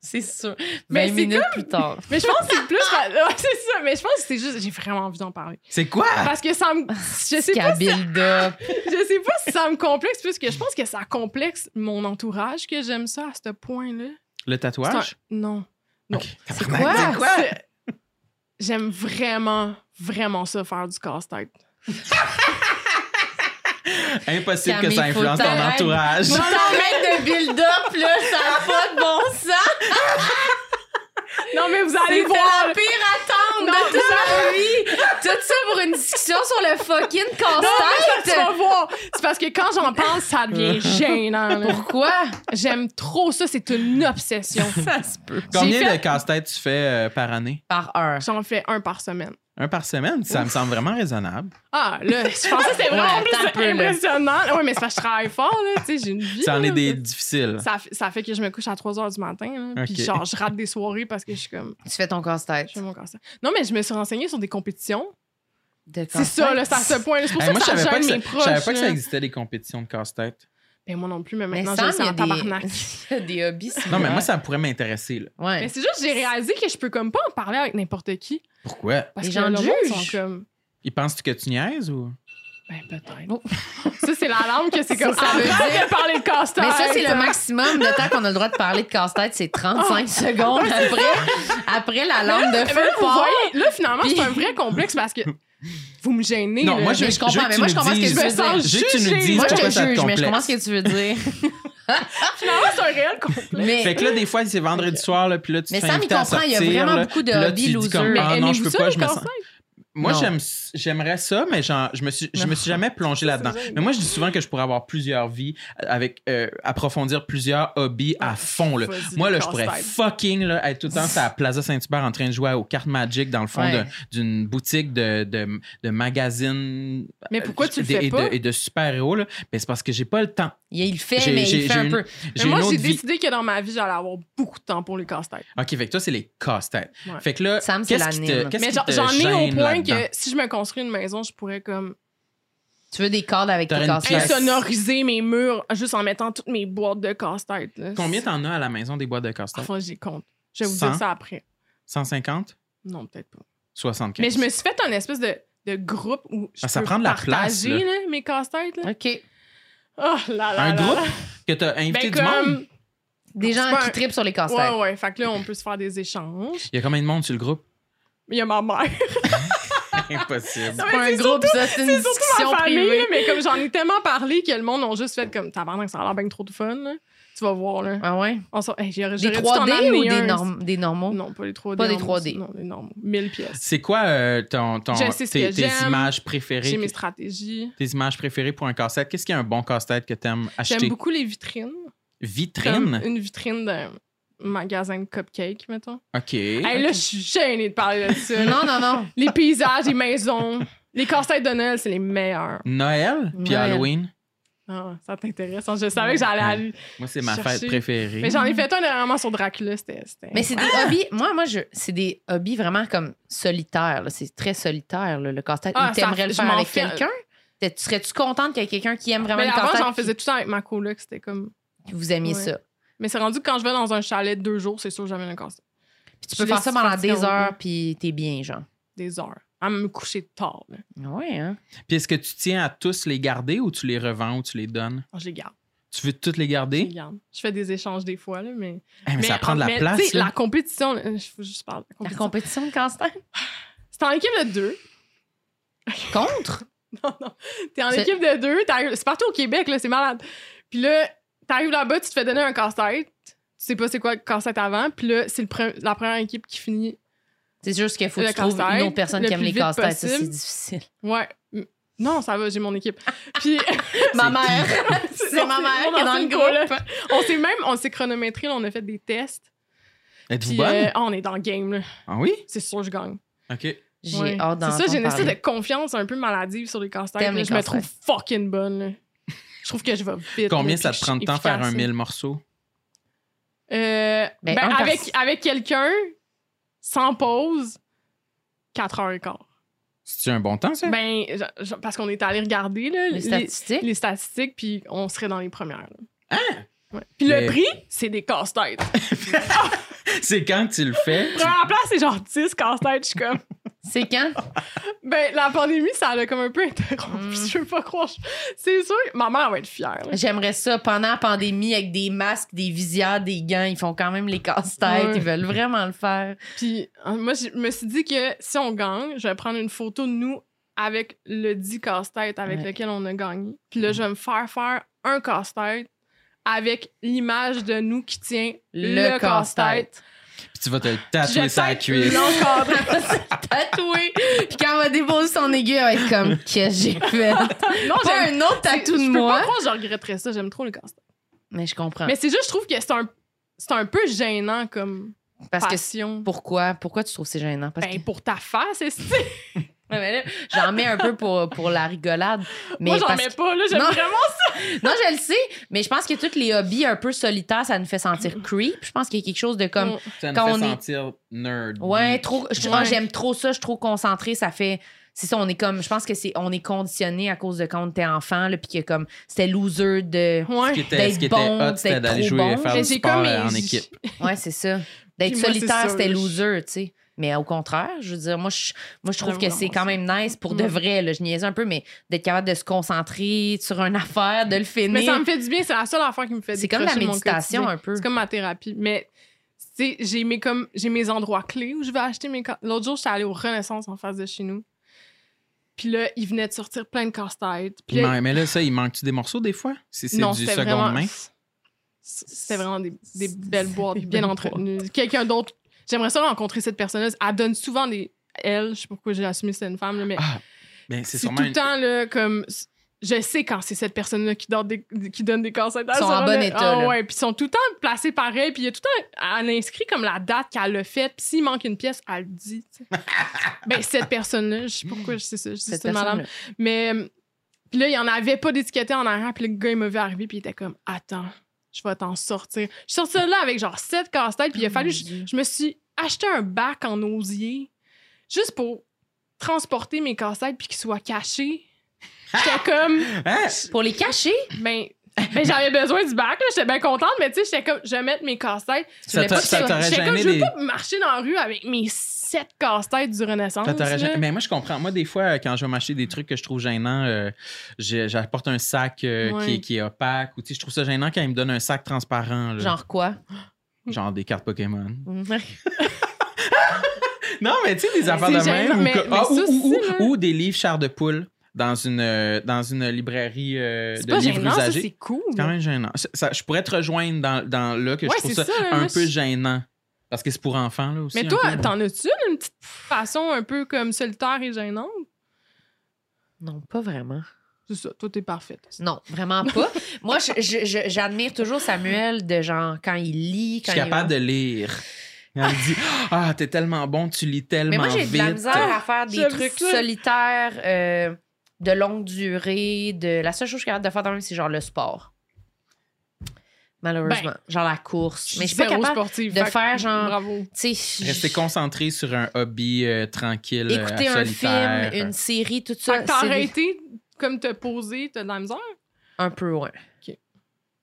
C'est sûr. 20 Mais c'est minutes plus tard. Mais je pense que c'est (laughs) plus. fa- Ouais, c'est ça. Mais je pense que c'est juste. J'ai vraiment envie d'en parler. C'est quoi? Ah. Parce que ça me. Je sais Qu'à pas, build-up. je sais pas si ça me complexe, parce que je pense que ça complexe mon entourage que j'aime ça à ce point-là. Le C'est tatouage? un- Non. Non. Ok. C'est Tabarnak. Ben, quoi? C'est quoi? C'est- J'aime vraiment, vraiment ça faire du casse-tête. Impossible que Camille, ça influence ton faut t'arrêter. entourage. Moi, mettre de build-up, là, ça n'a pas de bon sens. Non, mais vous (laughs) allez C'est voir. la pire attente de toute ma vie. Tout ça pour une discussion sur le fucking Non, mais ça, tu vas casse-tête. voir. C'est parce que quand j'en pense, ça devient gênant. là. Pourquoi? J'aime trop ça. C'est une obsession. Ça se peut. Combien J'ai fait- de casse-têtes tu fais euh, par année? Par heure. J'en fais un par semaine. Un par semaine? Ça me semble vraiment raisonnable. Ah, là, je pensais que c'était vraiment Ouais, attends un plus peu, là. impressionnant. Oui, mais c'est parce que je travaille fort, là. Tu sais, j'ai une vie. Ça en est là. des difficiles. Ça, fait- ça fait que je me couche à 3 h du matin, là, Ok. puis genre, je rate des soirées parce que je suis comme, Tu fais ton casse-tête. je fais mon cancer. Non, mais je me suis renseignée sur des compétitions. De C'est ça, casse-tête. là, c'est à ce point-là. C'est pour Hey, ça moi, que je ça savais pas gêne que mes ça- proches. je savais pas que ça là. existait des compétitions de casse-tête. Ben, moi non plus, mais Mais Sam, maintenant, je il le y sens a en des- (laughs) tabarnak. il y a des hobbies. Non, mais similaires. moi, ça pourrait m'intéresser. là. Ouais. Mais c'est juste, j'ai réalisé que je peux comme pas en parler avec n'importe qui. Pourquoi? Parce Les que gens le monde jugent. sont comme, Ils pensent que tu niaises ou? ben peut-être. Oh. Ça, c'est la langue que c'est (laughs) Ça, comme, ça veut arrête dire- de parler de casse-tête. Mais ça, c'est le maximum de temps qu'on a le droit de parler de casse-tête, c'est 35 Oh. secondes après, après la lampe de Mais feu là, vous part. voyez, là, finalement, Puis- c'est un vrai complexe parce que (laughs) vous me gênez. Non, là. moi, je, mais je comprends, veux que mais tu moi, je nous comprends ce que dises- tu veux dire. Je veux que tu nous Juger. dises Moi, je te pourquoi ça te juge, mais je comprends complexe. ce que tu veux (laughs) dire. Finalement, c'est un réel complexe. Mais, Fait que là, des fois, c'est vendredi soir, là, puis là, tu mais te fais Sam, il inviter à comprend, il y a sortir, vraiment là. beaucoup de Puis là, hobbies tu dis losers. comme, Ah non, je peux aimez-vous pas, ça, je me les sens. Moi, Non. j'aime, j'aimerais ça, mais j'en- je me suis, je Non. me suis jamais plongé là-dedans. Mais moi, je dis souvent que je pourrais avoir plusieurs vies avec euh, approfondir plusieurs hobbies Ah, à fond. Là. Vas-y, Moi, là, je casse-tête. pourrais fucking là, être tout le temps à la Plaza Saint-Hubert en train de jouer aux cartes Magic dans le fond Ouais. d'un- d'une boutique de, de, de magazines. Mais pourquoi euh, tu le des- fais et de- pas? Et de, super-héros, là. Ben, c'est parce que j'ai pas le temps. il il le fait, J'ai- mais j'ai- il le j'ai fait un une- peu. J'ai Mais moi, une autre j'ai vie. décidé que dans ma vie, j'allais avoir beaucoup de temps pour les casse-têtes. OK, fait que toi, c'est les casse-têtes. Ouais. Fait que là, Sam, c'est qu'est-ce qui l'anime. te, qu'est-ce Mais qui genre, te j'en ai au gêne point là-dedans? que si je me construis une maison, je pourrais comme Tu veux des cordes avec T'aurais tes une casse-têtes. pièce. insonoriser mes murs juste en mettant toutes mes boîtes de casse-tête. là. Combien t'en as à la maison des boîtes de casse-têtes? Enfin, j'y compte. Je vais vous 100? dire ça après. 150? Non, peut-être pas. 75? Mais je me suis fait un espèce de, de groupe où je Ah, ça peux prend de la place, partager là, mes casse-têtes. là. OK. Oh là là Un là groupe? là. Que t'as invité Ben, du monde? comme... Des gens C'est pas qui un- tripent sur les casse-têtes. Ouais, ouais. Fait que là, on peut se faire des échanges. Il y a combien de monde sur le (laughs) groupe? Il y a ma mère. Impossible. Pas un groupe, ça, c'est une C'est surtout (laughs) discussion ma famille, privée. là, mais comme j'en ai tellement parlé que le monde ont juste fait comme tabarnak, ça a l'air bien trop de fun. là. Tu vas voir là. Ah ouais? On sort- hey, j'aurais- Des j'aurais dû t'en 3D amener ou des, un. norm- des normaux? Non, pas les 3D. Pas des en- 3D. Non, les normes. 1000 pièces. C'est quoi euh, ton, ton- Je sais ce tes, que tes j'aime. images préférées? J'ai mes que- stratégies. Tes images préférées pour un casse-tête? Qu'est-ce qui est un bon casse-tête que t'aimes J'aime acheter? beaucoup les vitrines. Comme Vitrine? Une vitrine d'un magasin de cupcakes, mettons. OK. Hey, là, je suis gênée de parler de ça. là. Eh, Non, non, non. les paysages, les maisons, les casse-têtes de Noël, c'est les meilleurs. Noël? Puis Noël. Halloween? Ah, ça t'intéresse. hein? Je savais que j'allais aller. Moi, c'est ma Chercher. fête préférée. Mais j'en ai fait un dernièrement sur Dracula. C'était. c'était- Mais c'est des hobbies. Moi, moi, je, c'est des hobbies vraiment comme solitaires. là. C'est très solitaire, là, le casse-tête. Ah, Ou ça- t'aimerais le je faire m'en avec fais- quelqu'un? T'es- tu Serais-tu contente qu'il y ait quelqu'un qui aime vraiment Mais le avant, casse-tête? j'en faisais tout ça avec ma coloc. C'était comme. puis Vous aimiez Ouais. ça. Mais c'est rendu que quand je vais dans un chalet de deux jours, c'est sûr que j'amène un casse-tête. Puis tu peux Je faire ça laisse pendant partir des au heures, bout. puis t'es bien, genre. Des heures. À me coucher tard. là. Ouais, hein? Puis est-ce que tu tiens à tous les garder ou tu les revends ou tu les donnes? Je les garde. Tu veux toutes les Je garder? les garde. Je fais des échanges des fois, là, mais. Hey, mais, ça prend de la mais, tu place. sais, là. La compétition, là, je faut juste parler de la La compétition. compétition de casse-tête? C'est en équipe de deux. (laughs) Contre? Non, non. T'es en C'est- équipe de deux. t'arrives- C'est partout au Québec, là, c'est malade. Puis là, t'arrives là-bas, tu te fais donner un casse-tête. Tu sais pas c'est quoi le casse-tête avant. Puis là, c'est le pre- la première équipe qui finit. C'est juste qu'il faut Le que tu trouves une casse-tête, autre personne le qui aime plus les vite casse-têtes. Ça, c'est possible. (laughs) difficile. Ouais. M- Non, ça va, j'ai mon (laughs) équipe. Puis Ma qui? mère! (laughs) c'est ma mère qui est dans le groupe. On s'est même, on s'est chronométré, là, on a fait des tests. Êtes-vous Puis bonne? euh, ah, on est dans le game, là. Ah oui? C'est sûr, je gagne. OK. J'ai Ouais. hâte d'en C'est ça, j'ai une parler. espèce de confiance un peu maladive sur les casse-têtes. T'aimes là. les Je me casse-têtes. trouve fucking bonne. là. Je trouve que je vais vite. Combien là, ça puis te prend de je suis temps à faire un efficace, là. 1000 morceaux? Euh, Ben, ben, un par- avec, avec quelqu'un, sans pause, 4 heures et quart. C'est-tu un bon temps, ça? Ben, je- je- parce qu'on est allé regarder là, Hein. Les statistiques? les statistiques, puis on serait dans les premières. là. Ouais. Puis Mais- le prix, c'est des casse-têtes. (laughs) C'est quand tu le fais. (laughs) Première place, c'est genre 10 casse-tête. Je suis comme. (laughs) C'est quand? Ben, la pandémie, ça l'a comme un peu interrompu. Mm. Je veux pas croire. C'est sûr, ma mère va être fière. (laughs) là. J'aimerais ça pendant la pandémie avec des masques, des visières, des gants. Ils font quand même les casse-têtes. Ouais. Ils veulent vraiment le faire. (laughs) Puis, euh, moi, je me suis dit que si on gagne, je vais prendre une photo de nous avec le 10 casse-tête avec Ouais. lequel on a gagné. Puis là, je vais me faire faire un casse-tête avec l'image de nous qui tient Le, le, casse-tête. casse-tête. Puis Ah, tu vas te le Puis je vais tatouer sur la peut-être cuisse. l'encadrer. Tatoué. Puis quand on va déposer son aiguille, elle va être comme qu'est-ce que j'ai (laughs) fait. Non, Pas j'aime- un autre c'est- tatou de je peux pas moi. croire que je regretterais ça. J'aime trop le casse-tête. Mais je comprends. Mais c'est juste, je trouve que c'est un, c'est un peu gênant comme Parce que passion. pourquoi pourquoi tu trouves c'est gênant Parce (laughs) Ben, que pour ta face, est-ce que- Ouais, mais là, j'en mets un peu pour, pour la rigolade. Mais Moi, j'en parce mets pas, là. J'aime Non. vraiment (laughs) Non, je le sais, mais je pense que tous les hobbies un peu solitaires, ça nous fait (clears throat) sentir creep. Je pense qu'il y a quelque chose de comme. Mm. Ça Quand me fait on est- sentir nerd. Ouais, trop. je- ah, Ouais. J'aime trop ça, je suis trop concentrée, ça fait. C'est ça, on est comme. Je pense que c'est. On est conditionné à cause de quand on était enfant, là, puis que comme. C'était loser de. (laughs) Ce Ouais. qui était, D'être ce qui était bon, hot, c'était d'être d'aller trop jouer et bon. faire Mais du j'ai sport comme euh, en mes- équipe. Ouais, c'est ça. D'être Puis moi, c'est solitaire, ça, c'était je- loser, tu sais. Mais au contraire, je veux dire, moi, je, moi, je trouve que J'aime c'est vraiment quand ça. Mm. même nice pour de Ouais. vrai. Là, je niaise un peu, mais d'être capable de se concentrer sur une (laughs) affaire, de le Mais ça finir. me fait du bien. C'est la seule affaire qui me fait du C'est comme la méditation un peu. C'est comme ma thérapie. Mais, tu sais, j'ai mes, comme, j'ai mes endroits clés où je vais acheter mes. ca- L'autre jour, j'étais allée au Renaissance en face de chez nous. Puis là, il venait de sortir plein de casse-têtes. Puis Il là, manque- mais là, ça, il manque-tu des morceaux des fois? Si c'est non, du c'était seconde vraiment, main. C'était vraiment des, des C'est- belles c'est boîtes, des bien belles entretenues. Quelqu'un d'autre. J'aimerais ça rencontrer cette personne-là. Elle donne souvent des. Elle, je sais pas pourquoi j'ai assumé que c'était une femme, là, mais Ah, ben c'est c'est tout sûrement le temps là, comme je sais quand c'est cette personne-là qui, dort des- qui donne des cancers. Ils sont en bon état, là. Ah, ouais, puis ils sont tout le temps placés pareil. Puis il y a tout le temps, elle inscrit comme la date qu'elle l'a fait. Puis s'il manque une pièce, elle le dit. tu (laughs) sais. ben, cette personne-là, je sais pas pourquoi je sais ça. Je dis cette ça, madame. personne-là. Mais euh, puis là, il y en avait pas d'étiqueté en arrière. Puis le gars, il m'a vu arriver. Puis il était comme Attends, je vais t'en sortir. Je suis sortie de là avec genre sept casse-têtes. Puis il a Oh fallu. mon Je, Dieu. je me suis acheté un bac en osier juste pour transporter mes casse-têtes puis qu'ils soient cachés. J'étais (laughs) comme. Hein? Pour les cacher, Ben, ben, j'avais besoin du bac, là. J'étais bien contente, mais tu sais, j'étais comme. Je vais mettre mes casse-têtes. Ça voulais t'a- pas que ça ça- t'aurait J'étais comme. gêné Je veux des... pas marcher dans la rue avec mes sept casse-têtes du Renaissance. Ça t'aurait là. gêné- Mais moi, je comprends. Moi, des fois, euh, quand je vais m'acheter des trucs que je trouve gênants, euh, j'ai- j'apporte un sac euh, Ouais. qui, est- qui est opaque. Ou tu sais, je trouve ça gênant quand ils me donnent un sac transparent. là. genre quoi? Genre des cartes Pokémon. Mhm. Non, mais tu sais, des affaires de C'est gênant, même. Ou, mais- que- mais ah, ça ou- ou- aussi, là. ou des livres chars de poule dans une, euh, dans une librairie euh, C'est de pas livres gênant, ça, usagés. c'est cool. C'est quand même gênant. Ça- ça- je pourrais te rejoindre dans, dans là que Ouais, je trouve c'est ça, ça, là, un moi, peu je- gênant. Parce que c'est pour enfants, là aussi. Mais un toi, peu. t'en as-tu une, une petite façon un peu comme solitaire et gênante? Non, pas vraiment. C'est ça, toi, t'es parfaite. Non, vraiment (laughs) pas. Moi, je- je- je- j'admire toujours Samuel de genre quand il lit, Je quand suis il. capable de lire. Elle me dit Ah, t'es tellement bon, tu lis tellement Mais moi, j'ai vite. de la misère à faire des J'aime trucs ça. solitaires euh, de longue durée. De... La seule chose que je suis capable de faire dans le même, c'est genre le sport. Malheureusement. Ben, genre la course. Mais je suis pas zéro capable. sportive, de fait que faire genre- Bravo. tu sais, Rester concentré sur un hobby euh, tranquille. euh, Écouter un solitaire. film, une série, tout Fait ça. que t'as c'est- arrêté comme te poser, t'as de la misère. Un peu, ouais. Ok.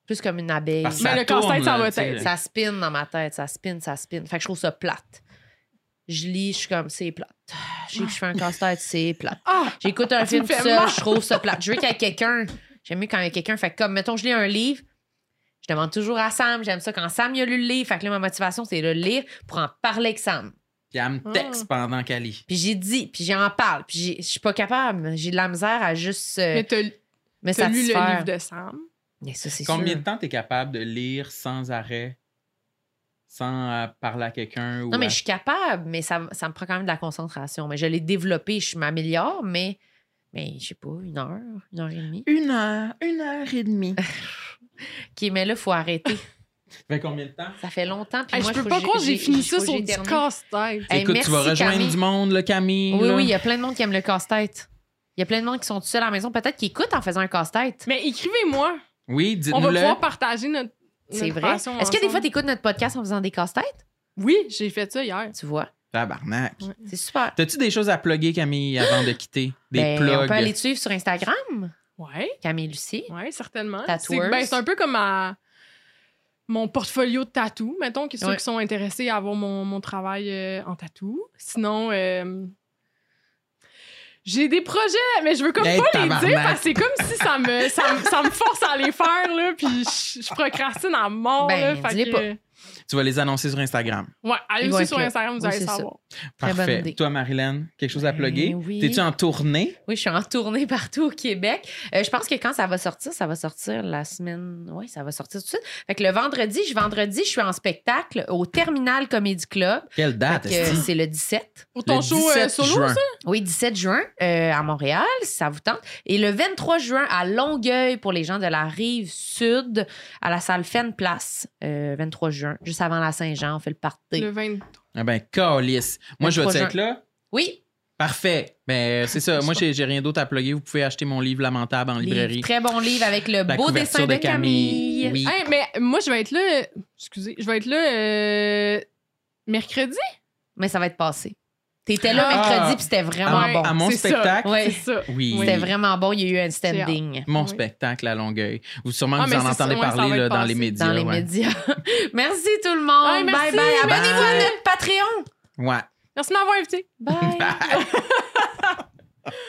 Plus comme une abeille. Parce que Mais ça le casse-tête, tourne, là, ça va tu sais. t'aider. Ça spin dans ma tête, ça spin, ça spin. Fait que je trouve ça plate. Je lis, je suis comme, c'est plate. J'ai- Je fais un casse-tête, c'est plate. Ah! (laughs) J'écoute un film me fais tout seul, mal. je trouve ça plate. Je veux qu'il y ait quelqu'un. J'aime mieux quand il y a quelqu'un. Fait que comme, mettons, je lis un livre, je demande toujours à Sam. J'aime ça quand Sam il a lu le livre. Fait que là, ma motivation, c'est de le lire pour en parler avec Sam. Puis elle Ah. me texte pendant qu'elle lit. Puis j'ai dit, puis j'en parle. Puis j'ai- je suis pas capable. J'ai de la misère à juste euh, Mais t'as me t'as lu le satisfaire. livre de Sam. Mais ça, c'est Combien sûr. de temps t'es capable de lire sans arrêt, sans euh, parler à quelqu'un ou Non, mais à- je suis capable, mais ça, ça me prend quand même de la concentration. Mais je l'ai développé, je m'améliore, mais, mais je sais pas, une heure, une heure et demie. Une heure, une heure et (laughs) demie. OK, mais là, il faut arrêter. fait combien de temps? Ça fait longtemps. Puis Hey, moi, je peux faut pas que croire que j'ai fini ça faut que sur du j'éternue. casse-tête. Hey, Écoute, merci, tu vas rejoindre Camille. du monde, là, Camille. Oui, là. oui, il y a plein de monde qui aime le casse-tête. Il y a plein de monde qui sont tout seuls à la maison, peut-être qui écoutent en faisant un casse-tête. Mais écrivez-moi. Oui, On va dites-nous-le. pouvoir partager notre. C'est notre vrai. Est-ce passion que des ensemble. fois, tu écoutes notre podcast en faisant des casse-têtes? Oui, j'ai fait ça hier. Tu vois, Tabarnak. c'est super. T'as-tu des choses à plugger, Camille, avant de quitter? Des Ben, plugs? on peut aller te suivre sur Instagram, Ouais, Camille Lucie. ouais, certainement. Tatoueuse. C'est ben, c'est un peu comme ma. mon portfolio de tatou, mettons, que ceux Ouais. qui sont intéressés à avoir mon, mon travail euh, en tatou. Sinon, euh, j'ai des projets, mais je veux comme Hey, pas les tabarnak. dire parce que c'est comme si ça me, ça, me- ça me force à les faire, là, puis je, je procrastine à mort. Ben, là, fait dis-les que- Tu vas les annoncer sur Instagram. Ouais, allez Ils vont aussi être sur là. Instagram, vous Oui, allez c'est ça. savoir. Très bonne Parfait. idée. Toi, Marilyn, quelque chose à Ben plugger? oui. T'es-tu en tournée? Oui, je suis en tournée (laughs) partout au Québec. Euh, je pense que quand ça va sortir, ça va sortir la semaine. Oui, ça va sortir tout de suite. Fait que le vendredi, je vendredi, je suis en spectacle au Terminal Comedy Club. Quelle Fait date? que, est-ce euh, que- c'est le 17. Pour ton Le show euh, 17 solo, juin. ça? Oui, 17 juin euh, à Montréal, si ça vous tente. Et le 23 juin à Longueuil pour les gens de la rive sud à la salle Fen Place. euh, 23 juin, juste avant la Saint-Jean, on fait le party. Le 20. Ah ben, calice. Moi, je vais Prochain. être là. Oui, Parfait. Ben, euh, c'est ça. (laughs) Moi, j'ai j'ai rien d'autre à plugger. Vous pouvez acheter mon livre Lamentable en livre, librairie. très bon livre avec le La beau dessin couverture de, de Camille. Camille. Oui. Hey, mais moi, je vais être là. euh, Excusez, je vais être là euh, mercredi. Mais ça va être passé. T'étais là Ah. mercredi, puis c'était vraiment à, mon- bon. à mon c'est ça. spectacle. Ouais. C'est ça. Oui. C'était vraiment bon. Il y a eu un standing Mon Oui. spectacle à Longueuil. Vous sûrement Ah, vous mais en c'est ça, entendez ouais, ça parler va être là, dans passé. les médias. dans les ouais. médias. (laughs) merci tout le monde. Ouais, merci. bye bye. Bye. Abonnez-vous à notre Patreon. Ouais. Merci de m'avoir invité. Bye.